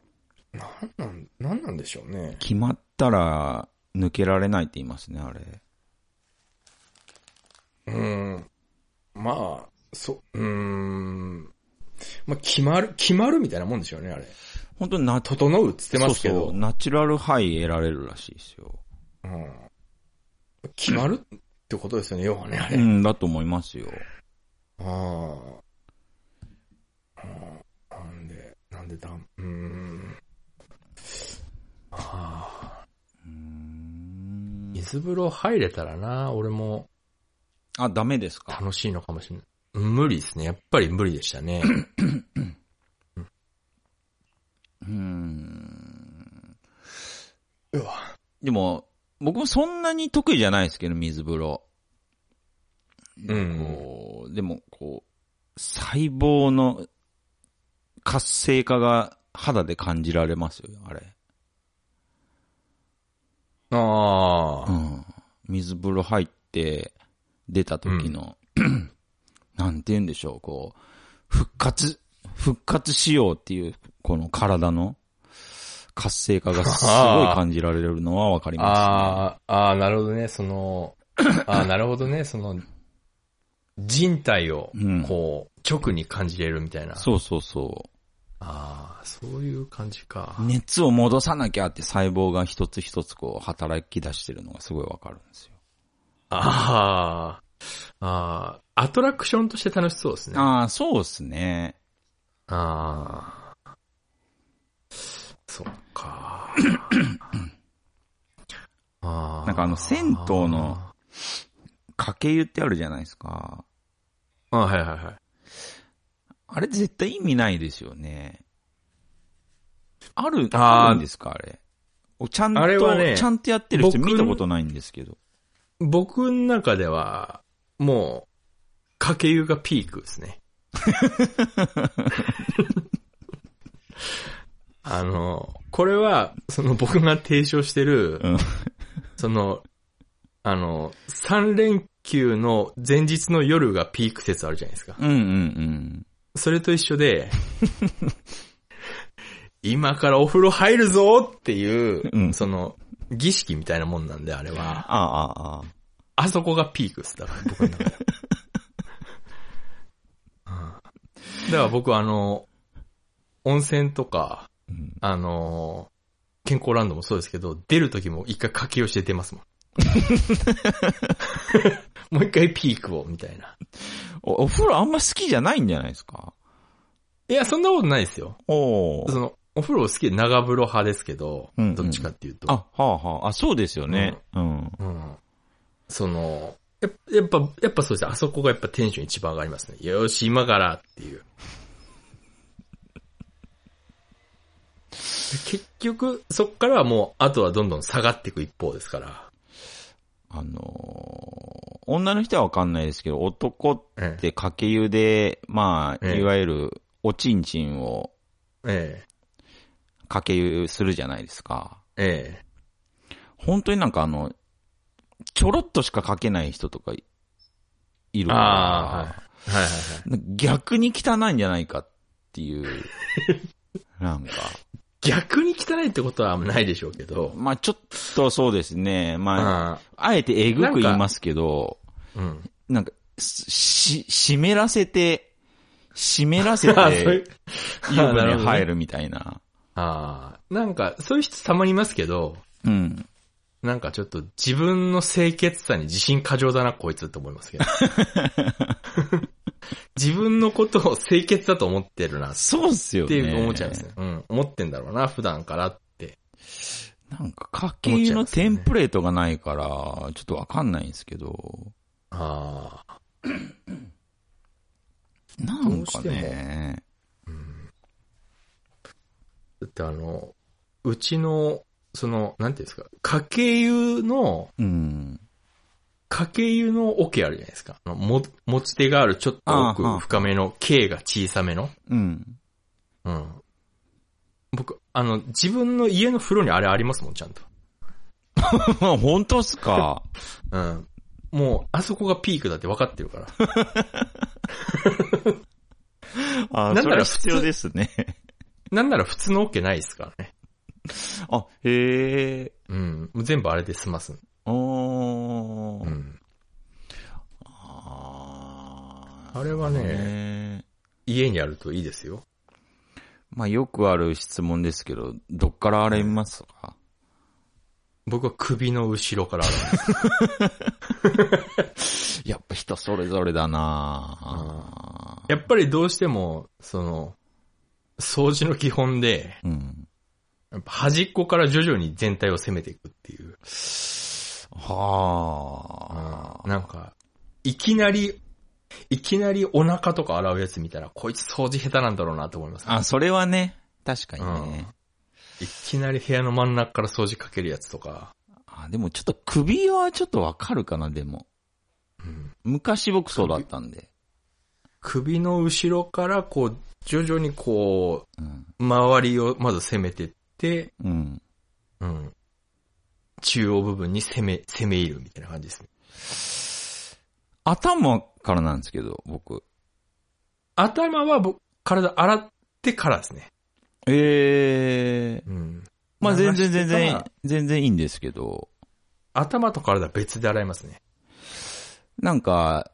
なんなん、なんなんでしょうね。決まったら抜けられないって言いますね、あれ。うん。まあ、そう、うん。まあ、決まる、決まるみたいなもんでしょうね、あれ。本当にな、整うっつってますけど。そうそう、ナチュラルハイ得られるらしいですよ。うん。決まるってことですよね、要はね、あれ。うあん、だと思いますよ。あああ。なんで、なんでだ、うん。うーん水風呂入れたらな、俺もあ、ダメですか楽しいのかもしれない。無理ですね。やっぱり無理でしたね。うーん。うわ。でも、僕もそんなに得意じゃないですけど、水風呂。うん。こうでも、こう、細胞の活性化が肌で感じられますよ、あれ。ああ。うん。水風呂入って、出た時の、 なんて言うんでしょう、こう、復活、復活しようっていう、この体の活性化がすごい感じられるのはわかりまああ、ああ、なるほどね、その、ああ、なるほどね、その、人体を す、ね。うん。こう、直に感じれるみたいな。そうそうそああ、そういう感じか。う。熱を戻さなきゃって細胞が一つ一つこう働き出してるのがすごいわかるんですよ。ああ、ああ、アトラクションとして楽しそうですね。あああ、そうですね。あ、そっ か。ああなんかあの銭湯のかけ湯ってあるじゃないですか。あはいはいはい。あれ絶対意味ないですよね。ある、あーあるんですかあれ。おちゃんと、あれはねちゃんとやってる人僕見たことないんですけど。僕の中では、もう、かけ湯がピークです ね。あの、これは、その僕が提唱してる、うんその、あの、3連休の前日の夜がピーク説あるじゃないですか。うんうんうん。それと一緒で、今からお風呂入るぞっていう、うんその、儀式みたいなもんなんで、あれは。ああ、ああ。あそこがピークです、だから僕の中で。うんだから僕はあの、温泉とか、うんあの、健康ランドもそうですけど、出る時も一回書きをして出ます もん。もう一回ピークを、みたいな。おお風呂あんま好きじゃないんじゃないですかいや、そんなことないですよ。おそー。の、お風呂好きで長風呂派ですけど、うんうんどっちかっていうと。あ、はあはあ。あ、そうですよね。うん。うん。その、やっやっぱ、やっぱそうです。あそこがやっぱテンション一番上がりますね。よし、今からっていう。結局、そっからはもう、あとはどんどん下がっていく一方ですから。あのー女の人はわかんないですけど、男っええ。てかけ湯で、まあ、ええいわゆる、おちんちんをえかけ湯するじゃないですか。え。ええ。本当になんかあの、ちょろっとしか書けない人とかいいるから、ああ、はい。はいはいはい。逆に汚いんじゃないかっていう、 なんか、逆に汚いってことはないでしょうけど。まあちょっとそうですね、まあ、ああえてえぐく言いますけど、あ、うん。なんか、し、湿らせて、湿らせああ、そういうて、、湯あなるほど船にね入るみたいな。ああ、なんか、そういう人たまにいますけど、うん。なんかちょっと自分の清潔さに自信過剰だな、こいつって思います けど。自分のことを清潔だと思ってるな、っそうっすよね。ていう思っちゃいますね。うん。思ってんだろうな、普段からって。なんか、かけ湯のテンプレートがないから、ちょっとわかんないんですけど。ああ。なんかね。だってあの、うちの、その、なんていうんですか、かけ湯の、うん。かけ湯の桶あるじゃないですか。あのも、持ち手があるちょっとああはあ奥深めの、径が小さめの。うん。うん。僕、あの、自分の家の風呂にあれありますもん、ちゃんと。 本当っすか。うん。もう、あそこがピークだって分かってるから。 あなんならそれは必要ですね。なんなら普通のオケないですからね。あ、へえ。うん。全部あれで済ます。あー。うん。あーあれはね。家にあるといいですよ。まあよくある質問ですけど、どっから洗いますか、僕は首の後ろから洗う。 やっぱ人それぞれだなやっぱりどうしても、その、掃除の基本で、ぁうん。やっぱ端っこから徐々に全体を攻めていくっていう。はぁ、なんか、いきなり、いきなりお腹とか洗うやつ見たら、こいつ掃除下手なんだろうなと思います。あ、それはね、確かにね。いきなり部屋の真ん中から掃除かけるやつとか。あでもちょっと首はちょっとわかるかな、でも。うん昔僕そうだったんで。首の後ろから、こう、徐々にこうん。う、周りをまず攻めてって、うん。うん。中央部分に攻め、攻め入るみたいな感じですね。頭からなんですけど、僕。頭は僕、体洗ってからですね。ええうん。まあ全流然して全から然、全然いいんですけど、頭と体別で洗いますね。なんか、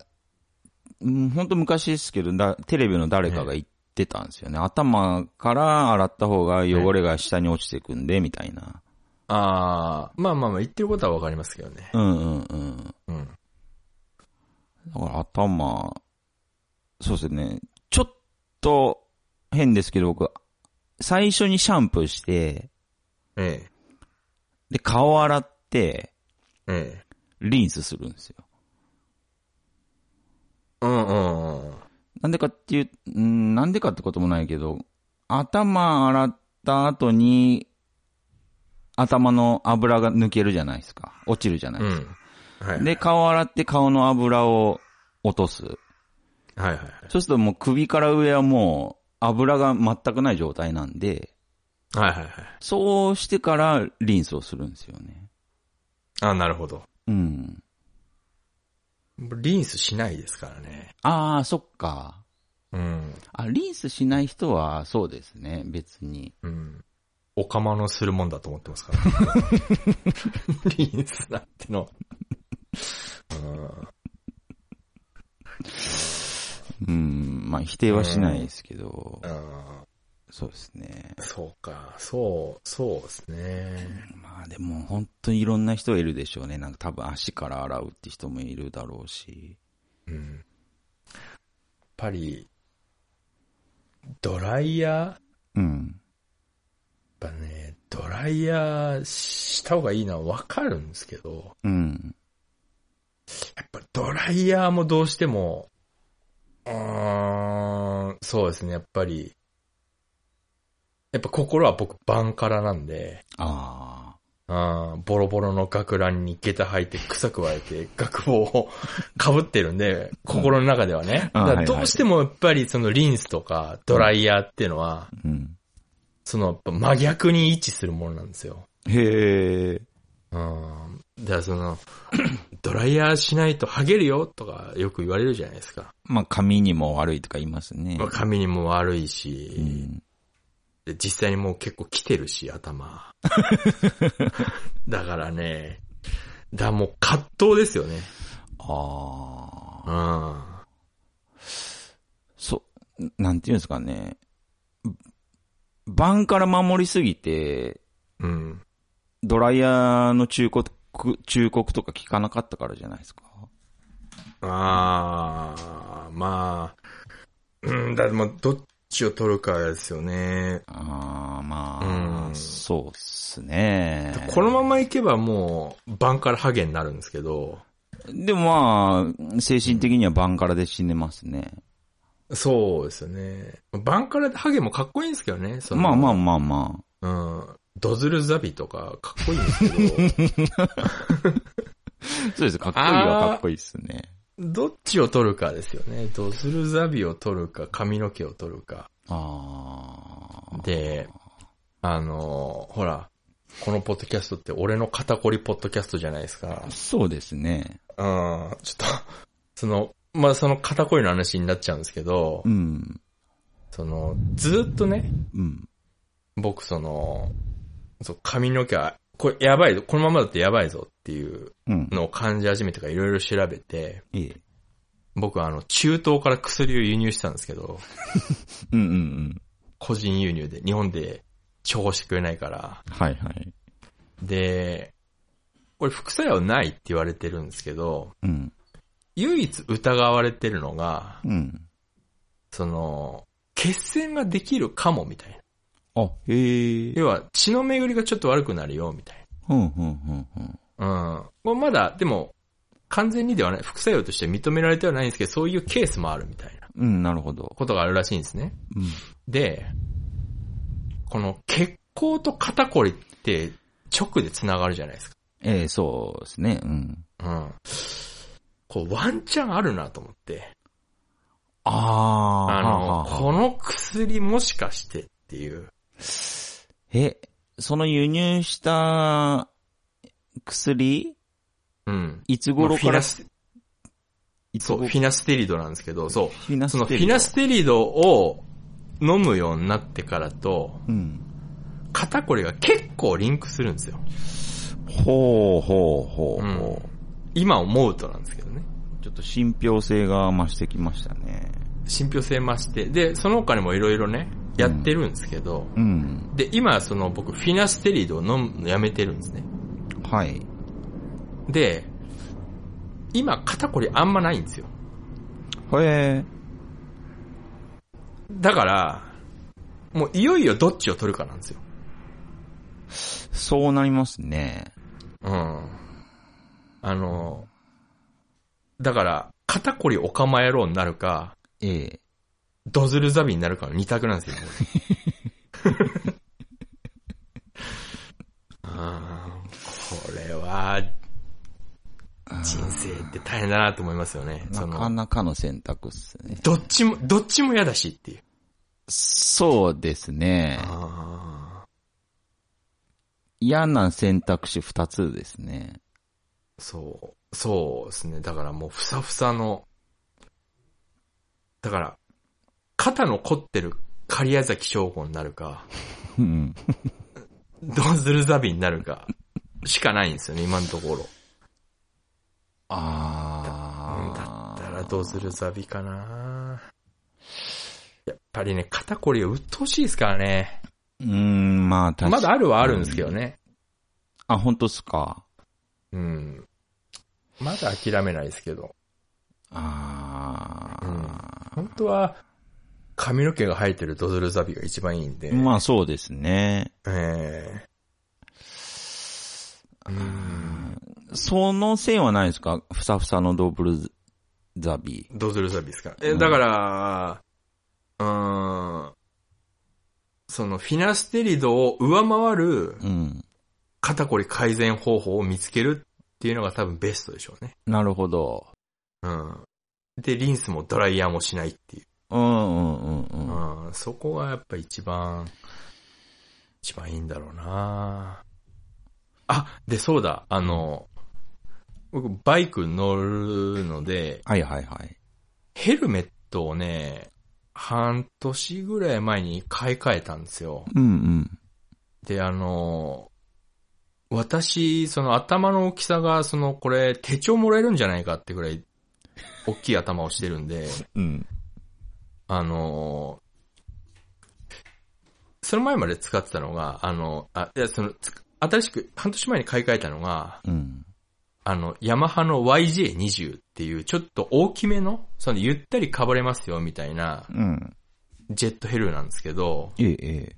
うん、ほんと昔ですけど、だテレビの誰かが言ってたんですよね。頭から洗った方が汚れが下に落ちていくんで、みたいな。ああ、まあまあまあ、言ってることはわかりますけどね。うんうんうん。うん。だから頭、そうですね。ちょっと変ですけど、僕、最初にシャンプーして、ええ。で、顔洗って、ええ。リンスするんですよ。うんうんうん。なんでかっていう、うんなんでかってこともないけど、頭洗った後に、頭の油が抜けるじゃないですか。落ちるじゃないですか。はい。はいで、顔洗って顔の油を落とす。はいはい。そうするともう首から上はもう油が全くない状態なんで、はいはいはい。そうしてからリンスをするんですよね。あなるほど。うん。リンスしないですからね。ああ、そっか。うん。あ、リンスしない人はそうですね、別に。うん。お釜のするもんだと思ってますから、 リンスなんての。うんうん、まあ否定はしないですけど、うん。そうですね。そうか。そう、そうですね。まあでも本当にいろんな人いるでしょうね。なんか多分足から洗うって人もいるだろうし。うん。やっぱり、ドライヤうん。ーやっぱね、ドライヤーした方がいいのはわかるんですけど、うん。やっぱドライヤーもどうしても、うーん、そうですね、やっぱり、やっぱ心は僕バンカラなんで、ああーボロボロの学ランに下駄履いて草くわえて学帽を 被ってるんで、心の中ではね。だかあーはらいはいどうしてもやっぱりそのリンスとかドライヤーっていうのは、あ。うん。そのやっぱ真逆に位置するものなんですよ。へえ。うん。だからその、 ドライヤーしないと剥げるよとかよく言われるじゃないですか。まあ髪にも悪いとか言いますねまあ。髪にも悪いうし、ん。で実際にもう結構来てるし、 頭。だからね、だからもう葛藤ですよね。ああ。うん。そう、なんていうんですかね。バンから守りすぎて、うん。ドライヤーの忠告、忠告とか聞かなかったからじゃないですか。ああ、まあ、うん、だってもうどっちを取るかですよね。ああ、まあ、うんそうっすね。このままいけばもう、晩からハゲになるんですけど、でもまあ、精神的にはバンカラで死んでますね。そうですよね。バンカラでハゲもかっこいいんですけどね。そのまあまあまあまうん。ドズルザビとかかっこいいんですけど、あ。そうです。かっこいいはかっこいいっすね。どっちを取るかですよね。ドズルザビを取るか、髪の毛を取るか。ああ。で、あの、ほら、このポッドキャストって俺の肩こりポッドキャストじゃないですか。うん。ちそうですね。ょっと、その、まあ、その肩こりの話になっちゃうんですけどう、ん。その、ずっとね、うん。僕その、そう、髪の毛は、これやばいぞ、このままだとやばいぞっていううん。のを感じ始めてからいろいろ調べて、ええ。僕はあの、中東から薬を輸入したんですけど、うんうんうん。個人輸入で、日本で処方してくれないから。はいはい。で、これ副作用ないって言われてるんですけど、うん。唯一疑われてるのが、うん。その、血栓ができるかもみたいな。あ、へえ。要は、血の巡りがちょっと悪くなるよ、みたいな。うんうんうんうん。うん。これまだ、でも、完全にではない、副作用として認められてはないんですけど、そういうケースもあるみたいなうん、なるほど。ことがあるらしいんですね。うん。で、この血行と肩こりって直で繋がるじゃないですか。ええ、そうですね。うん。うん。こう、ワンチャンあるなと思って。ああ、あの、はあはあこの薬もしかしてっていう。え、その輸入した薬、うん。いつ頃フィからナ、スそう、フィナステリドなんですけど、そう。フィナそのフティリナステリドを飲むようになってからと、うん。肩こりが結構リンクするんですよ。ほうほうほううんほう。今思うとなんですけどね。ちょっと信憑性が増してきましたね。信憑性増して。で、その他にもいろいろね、やってるんですけど、うん。で、今、その僕、フィナステリドを飲むのやめてるんですね。はい。で、今、肩こりあんまないんですよ。へえ。だから、もういよいよどっちを取るかなんですよ。そうなりますね。うん。あの、だから、肩こりお構えろになるか、ええ。ドズルザビになるかの二択なんですよ。 あーこれは、人生って大変だなと思いますよね。そなかの、なかの選択っすね。どっちも、どっちも嫌だしっていう。そうですね。あ嫌な選択肢二つですね。ーそう、そうですね。だからもうふさふさの、だから、肩の凝ってる狩矢崎翔吾になる か、うん。ドズルザビになるか、しかないんですよね、今のところ。ああ。だったらどうするザビかなやっぱりね、肩こりを鬱陶しいですからね。うーん、まあ確かに。まだあるはあるんですけどね。あ、本当っすか。うん。まだ諦めないですけど。ああ、本当は、髪の毛が生えてるドズルザビが一番いいんで。まあそうですね。ええうん。その線はないですかふさふさのドブルザビ。ドズルザビですか。え、うんだから、うーん。そのフィナステリドを上回るうん。肩こり改善方法を見つけるっていうのが多分ベストでしょうね。なるほど。うん。で、リンスもドライヤーもしないっていう。うんうんうんうん。うん。そこがやっぱ一番、一番いいんだろうなあ、で、そうだ、あの、僕、バイク乗るので、はいはいはい。ヘルメットをね、半年ぐらい前に買い替えたんですよ。うんうん。で、あの、私、その頭の大きさが、その、これ、手帳もらえるんじゃないかってぐらい、大きい頭をしてるんで、 うん。あの、その前まで使ってたのが、あの、あ、いや、その、つ新しく、半年前に買い替えたのが、うん。あの、ヤマハの YJ20 っていう、ちょっと大きめの、その、ゆったりかぶれますよ、みたいな、うん。ジェットヘルなんですけど、えええ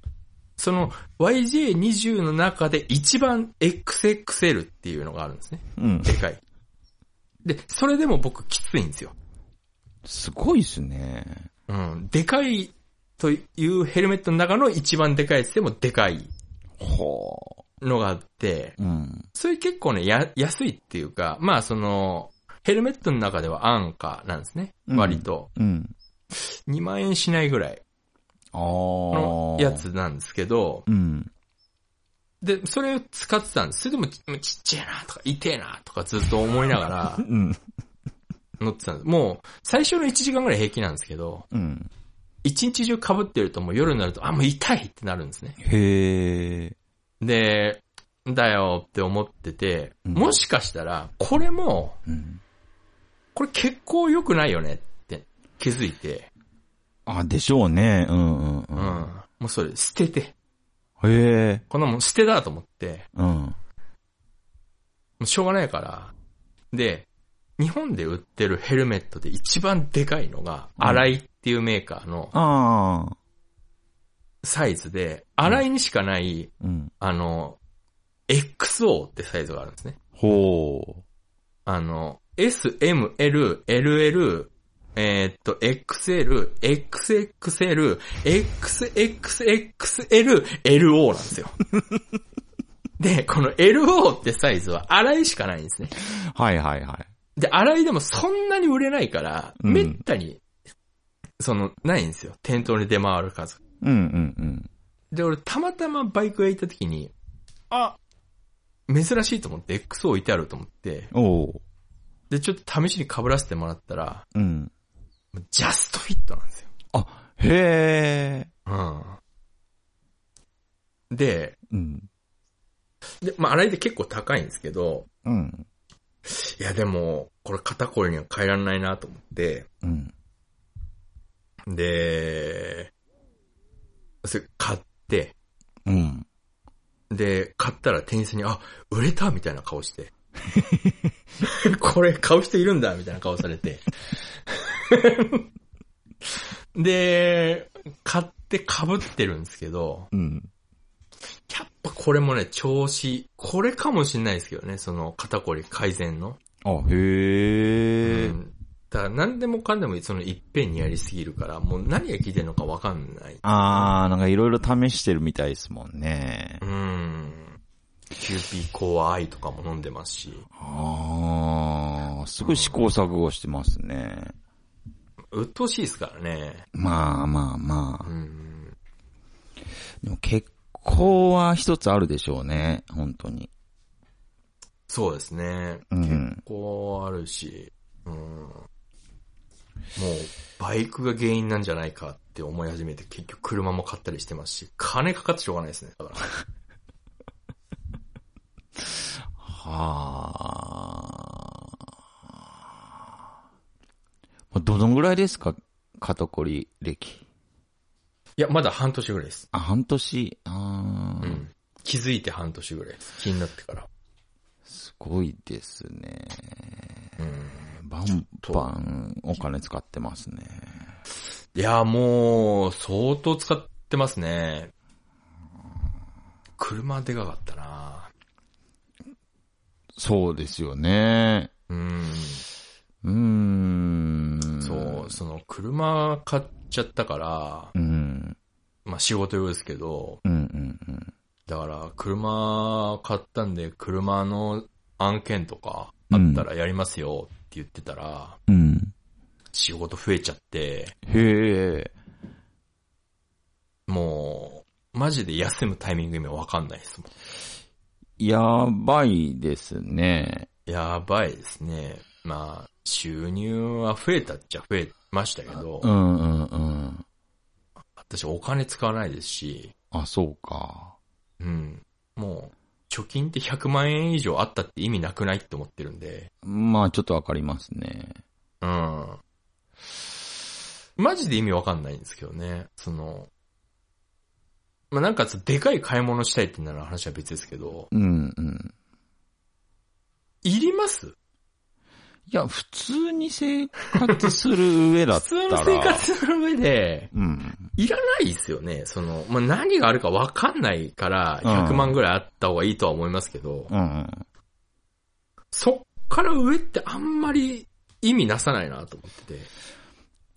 その YJ20 の中で一番 XXL っていうのがあるんですね。え。うんで。かい。で、それでも僕きついんですよ。すごいっすね。うん。でかいというヘルメットの中の一番でかいやつでもでかいほのがあって、う。うん。それ結構ね、や、安いっていうか、まあその、ヘルメットの中では安価なんですね。うん割と。うん。 2万円しないぐらいああ。のや。つなんですけど、うん。で、それを使ってたんです。それでもちちっちゃいなとか、痛えなとかずっと思いなが ら、うん。乗ってたんです。もう、最初の1時間ぐらい平気なんですけど、うん。 1日中被ってるともう夜になると、あ、もう痛いってなるんですね。へえ。で、だよって思ってて、うんもしかしたら、これも、うん。これ結構良くないよねって気づいて、あ、でしょうね。うんうんうん。うん。もうそれ捨てて。へえ。こんなもん捨てだと思って、うん。もうしょうがないから。で、日本で売ってるヘルメットで一番でかいのが、うんアライっていうメーカーのああ。サイズで、アライにしかない、うん。あの、XO ってサイズがあるんですね。ほあの、S, M, L, LL, えーっと、XL, XXL, XXXL, LO なん ですよ。で、この LO ってサイズは洗いしかないんですね。う。はいはいはい。で、洗いでもそんなに売れないから、うんめったに、その、ないんですよ。店頭に出回る数。うんうんうん。で、俺たまたまバイクへ行った時に、あ、珍しいと思って XO 置いてあると思って、おう。で、ちょっと試しに被らせてもらったら、うん。ジャストフィットなんですよ。あ、へえ。うん。で、うん。で、まあ、洗いで結構高いんですけど、うん。いや、でも、これ肩こりには変えられないなと思って、うん。で、それ買って、うん。で、買ったら店員さんに、あ、売れたみたいな顔して。 これ買う人いるんだみたいな顔されて。 で、買って被ってるんですけど、うん。やっぱこれもね、調子、これかもしれないですけどね、その肩こり改善の。あ、へえ。うんだから何でもかんでもそのいっぺんにやりすぎるから、もう何が効いてるのかわかんない。あー、なんかいろいろ試してるみたいですもんねう。ん。キューピーコアアイとかも飲んでますし、あー、すごい試行錯誤してますね。鬱陶しいですからね。まあまあまうあ。ん。でも結構は一つあるでしょうね。本当に。そうですね。うん結構あるし、うん。もう、バイクが原因なんじゃないかって思い始めて、結局車も買ったりしてますし、金かかってしょうがないですね。だから。はあ。どのぐらいですか肩こり歴。いや、まだ半年ぐらいです。あ、半年。あー、うん。気づいて半年ぐらいです。気になってから。すごいですね。うん。バンバンお金使ってますね。いや、もう、相当使ってますね。車でかかったなそうですよね。うん。うーん。そう、その、車買っちゃったから、うん。まあ仕事用ですけど、うんうんうん。だから、車買ったんで、車の案件とかあったらやりますよって言ってたら、うん。仕事増えちゃって、へえ。もう、マジで休むタイミング今わかんないですもん。やばいですね。やばいですね。まあ、収入は増えたっちゃ増えましたけど、うんうんうん。私お金使わないですし、あ、そうか。うん。もう、貯金って100万円以上あったって意味なくないって思ってるんで、まあ、ちょっとわかりますね。うん。マジで意味わかんないんですけどね。その、まあなんかでかい買い物したいってなる話は別ですけど、うんうん。いりますいや、普通に生活する上 だ普ったら通。の生活の上で、うん。いらないですよね。その、まあ、何があるかわかんないから、100万ぐらいあった方がいいとは思いますけど、うんうん。そっから上ってあんまり意味なさないなと思ってて。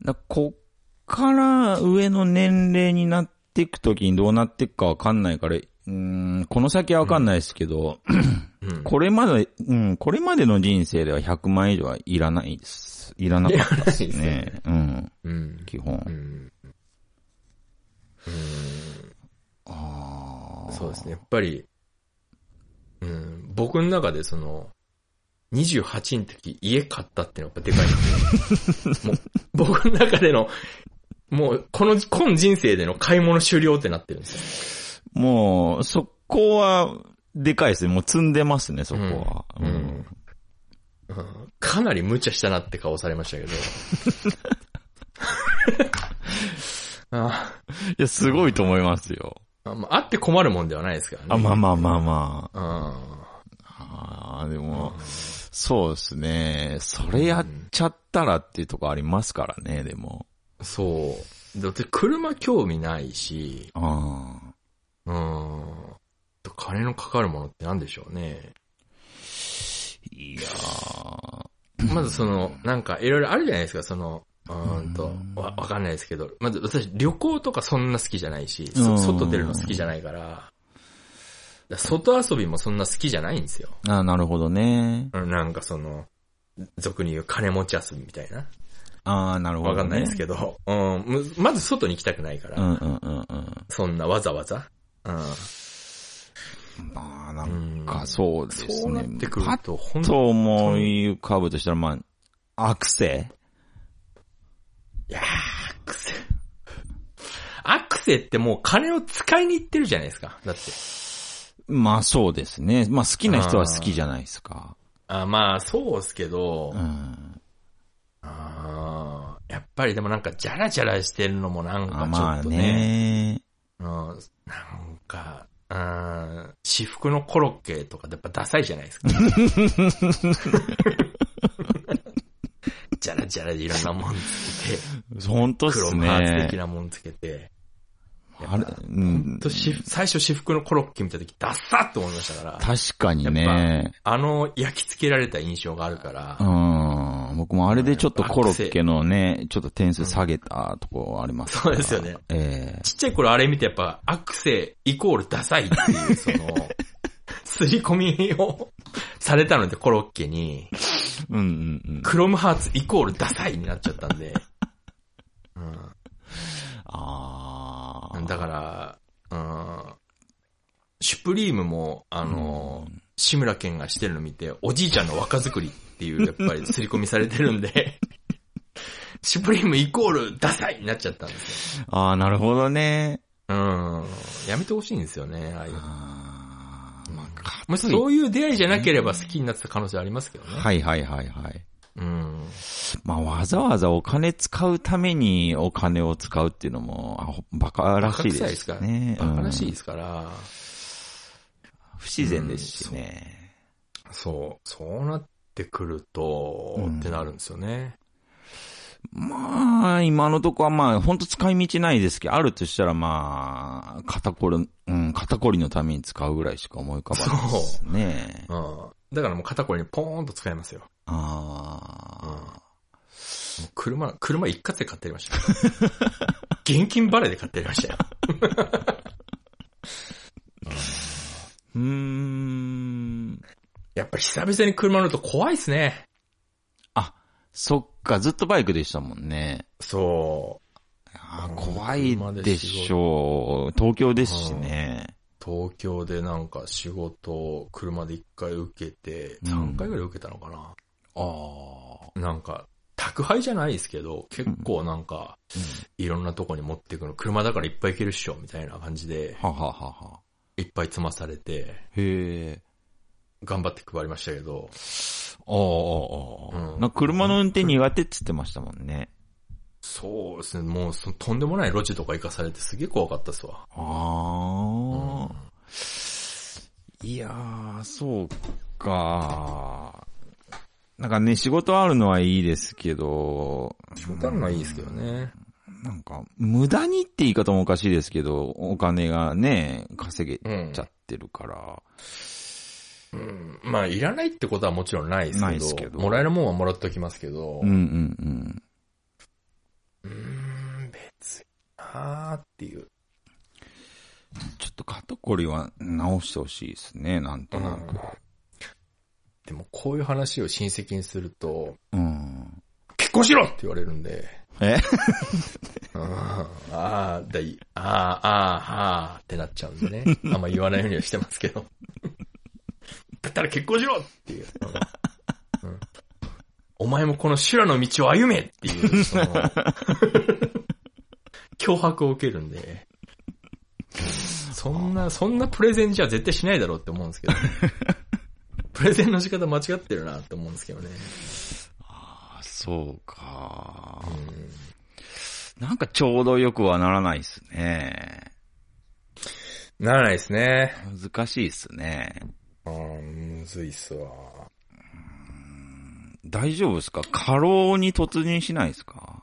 だこっから上の年齢になっていくときにどうなっていくかわかんないから、うーん、この先はわかんないですけど、うん。これまで、うん、これまでの人生では100万以上はいらないです。いらなかったいらないでですすよね。うん、うん。基本。うん。ああ。そうですね。。やっぱり、うん、僕の中でその、28の時家買ったっていうのがやっぱ でかいなもう僕の中での、もう、この、今人生での買い物終了ってなってるんですよ。もう、そっこは、でかいですね。もう積んでますね、そこは。うんうんうんかなり無茶したなって顔されましたけど。 あいや、すごいと思いますよ。あまああって困るもんではないですからね。あ、まあまあまあまあ。あ。ああ、でも、そうですね。それやっちゃったらっていうとこありますからね、でも。うん。そう。だって車興味ないし、ああ。うん。金のかかるものって何でしょうね。いやーまずその、なんかいろいろあるじゃないですか、その、うーんとうん、わ、わかんないですけど、まず私旅行とかそんな好きじゃないし、うそん外出るの好きじゃないから、だから外遊びもそんな好きじゃないんですよ。あなるほどね。うんなんかその、俗に言う金持ち遊びみたいな。ああ、なるほど、わね。かんないですけど、うん、むまず外に行きたくないから、うんうんうんうん。そんなわざわざ。うん。まあ、なうんんかそうですね。そうなってくるパッと、本当と思い浮かぶとしたら、まあ、アクセいやーアクセ。アクセってもう金を使いに行ってるじゃないですか。だって。まあそうですね。まあ好きな人は好きじゃないですか。あまあ、そうっすけど、うん。あーやっぱりでもなんか、じゃらじゃらしてるのもなんあかまちょあっとね、ね。うん、なんか、うん、私服のコロッケとかやっぱダサいじゃないですか。じゃらじゃらでいろんなもんつけて、本当っ黒すマーツ的ね。なもんつけて、あれ、うん。とし最初私服のコロッケ見た時ダッサって思いましたから、確かにね。あの焼き付けられた印象があるからう、ん。僕もあれでちょっとコロッケのね、ちょっと点数下げたとこありますかそうらですよね。ええちっちゃい頃あれ見てやっぱ、アクセイコールダサいっていう、 その、すり込みをされたので、コロッケに、うんうんうん。クロムハーツイコールダサいになっちゃったんで、ああ。だから、うん、シュプリームも、あの、志村けんがしてるの見て、おじいちゃんの若作りっていう、やっぱりすり込みされてるん で、シュプリームイコールダサいになっちゃったんですよ。ああ、なるほどね。うん、やめてほしいんですよね、ああいうのあーまあかもしそういう出会いじゃなければ好きになってた可能性ありますけどね。はいはいはいはい。うん。まあ、わざわざお金使うためにお金を使うっていうのも、あほバカらしい臭いでですかすら。ね。バカらしいうんですから。不自然ですしね。そう。そうなってくると、うんってなるんですよね。まあ、今のとこはまあ、本当使い道ないですけど、あるとしたらまあ、肩こり、うん、肩こりのために使うぐらいしか思い浮かばないですね。うん。だからもう肩こりにポーンと使いますよ。あもう車、車一括で買ってやりましたよ。 現金払いで買ってやりましたよ。ーうーん。やっぱ久々に車乗ると怖いですね。あ、そっか、ずっとバイクでしたもんね。そう。あーうん怖いでしょう。東京ですしね。東京でなんか仕事を車で一回受けて、うん3回ぐらい受けたのかな。ああ。なんか、宅配じゃないですけど、結構なんか、いろんなとこに持ってくの、車だからいっぱい行けるっしょ、みたいな感じで、はははは。いっぱい積まされて、へえ。頑張って配りましたけど、ああ、ああ、あうんあ。なんか車の運転苦手って言ってましたもんね。そうですね、もうそとんでもない路地とか行かされてすげえ怖かったっすわ。ああ。いやー、そうか。なんかね、仕事あるのはいいですけど、仕事あるのはいいですけどね。なんか、無駄にって言い方もおかしいですけど、お金がね、稼げちゃってるから。うん。まあ、いらないってことはもちろんないですけど、ないですけどもらえるもんはもらっときますけど、うんうんうん。うーん、別になーっていう。ちょっと肩こりは直してほしいですね、なんとなく。でも、こういう話を親戚にすると、うん。結婚しろって言われるんで、 えああ、だい、ああ、ああ、ああってなっちゃうんでね。あんま言わないようにはしてますけど。だったら結婚しろっていう。うんお前もこの修羅の道を歩めっていう、その、脅迫を受けるんで。そんな、そんなプレゼンじゃ絶対しないだろうって思うんですけど、ね、プレゼンの仕方間違ってるなって思うんですけどね。あそうかう。んなんかちょうどよくはならないっすね。ならないですね。難しいっすね。あーむずいっすわ。大丈夫ですか過労に突入しないですか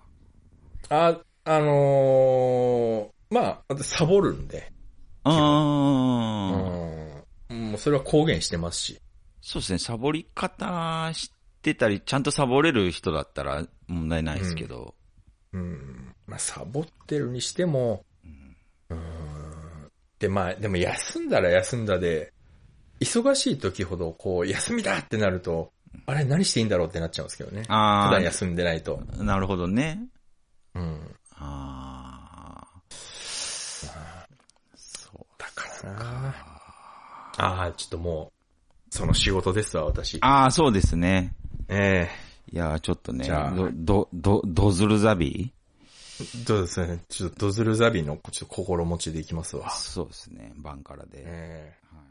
あ、あのー、まあ、私サボるんで。あうあ、ん。もうそれは公言してますし。そうですね、サボり方知ってたり、ちゃんとサボれる人だったら問題ないですけど。うん。まあ、サボってるにしても、うん。で、まあ、でも休んだら休んだで、忙しい時ほど、こう、休みだってなると、あれ何していいんだろうってなっちゃうんですけどね。ああ、普段休んでないと。なるほどね。うん。ああ。そうだからなああ、ちょっともう、その仕事ですわ、私。ああ、そうですね。えいやー、ちょっとね、じゃあど、ど、ど、どずるざびえどうですね。ちょっとドズルザビの、ちょっと心持ちでいきますわ。そうですね、バンカラで。ええはい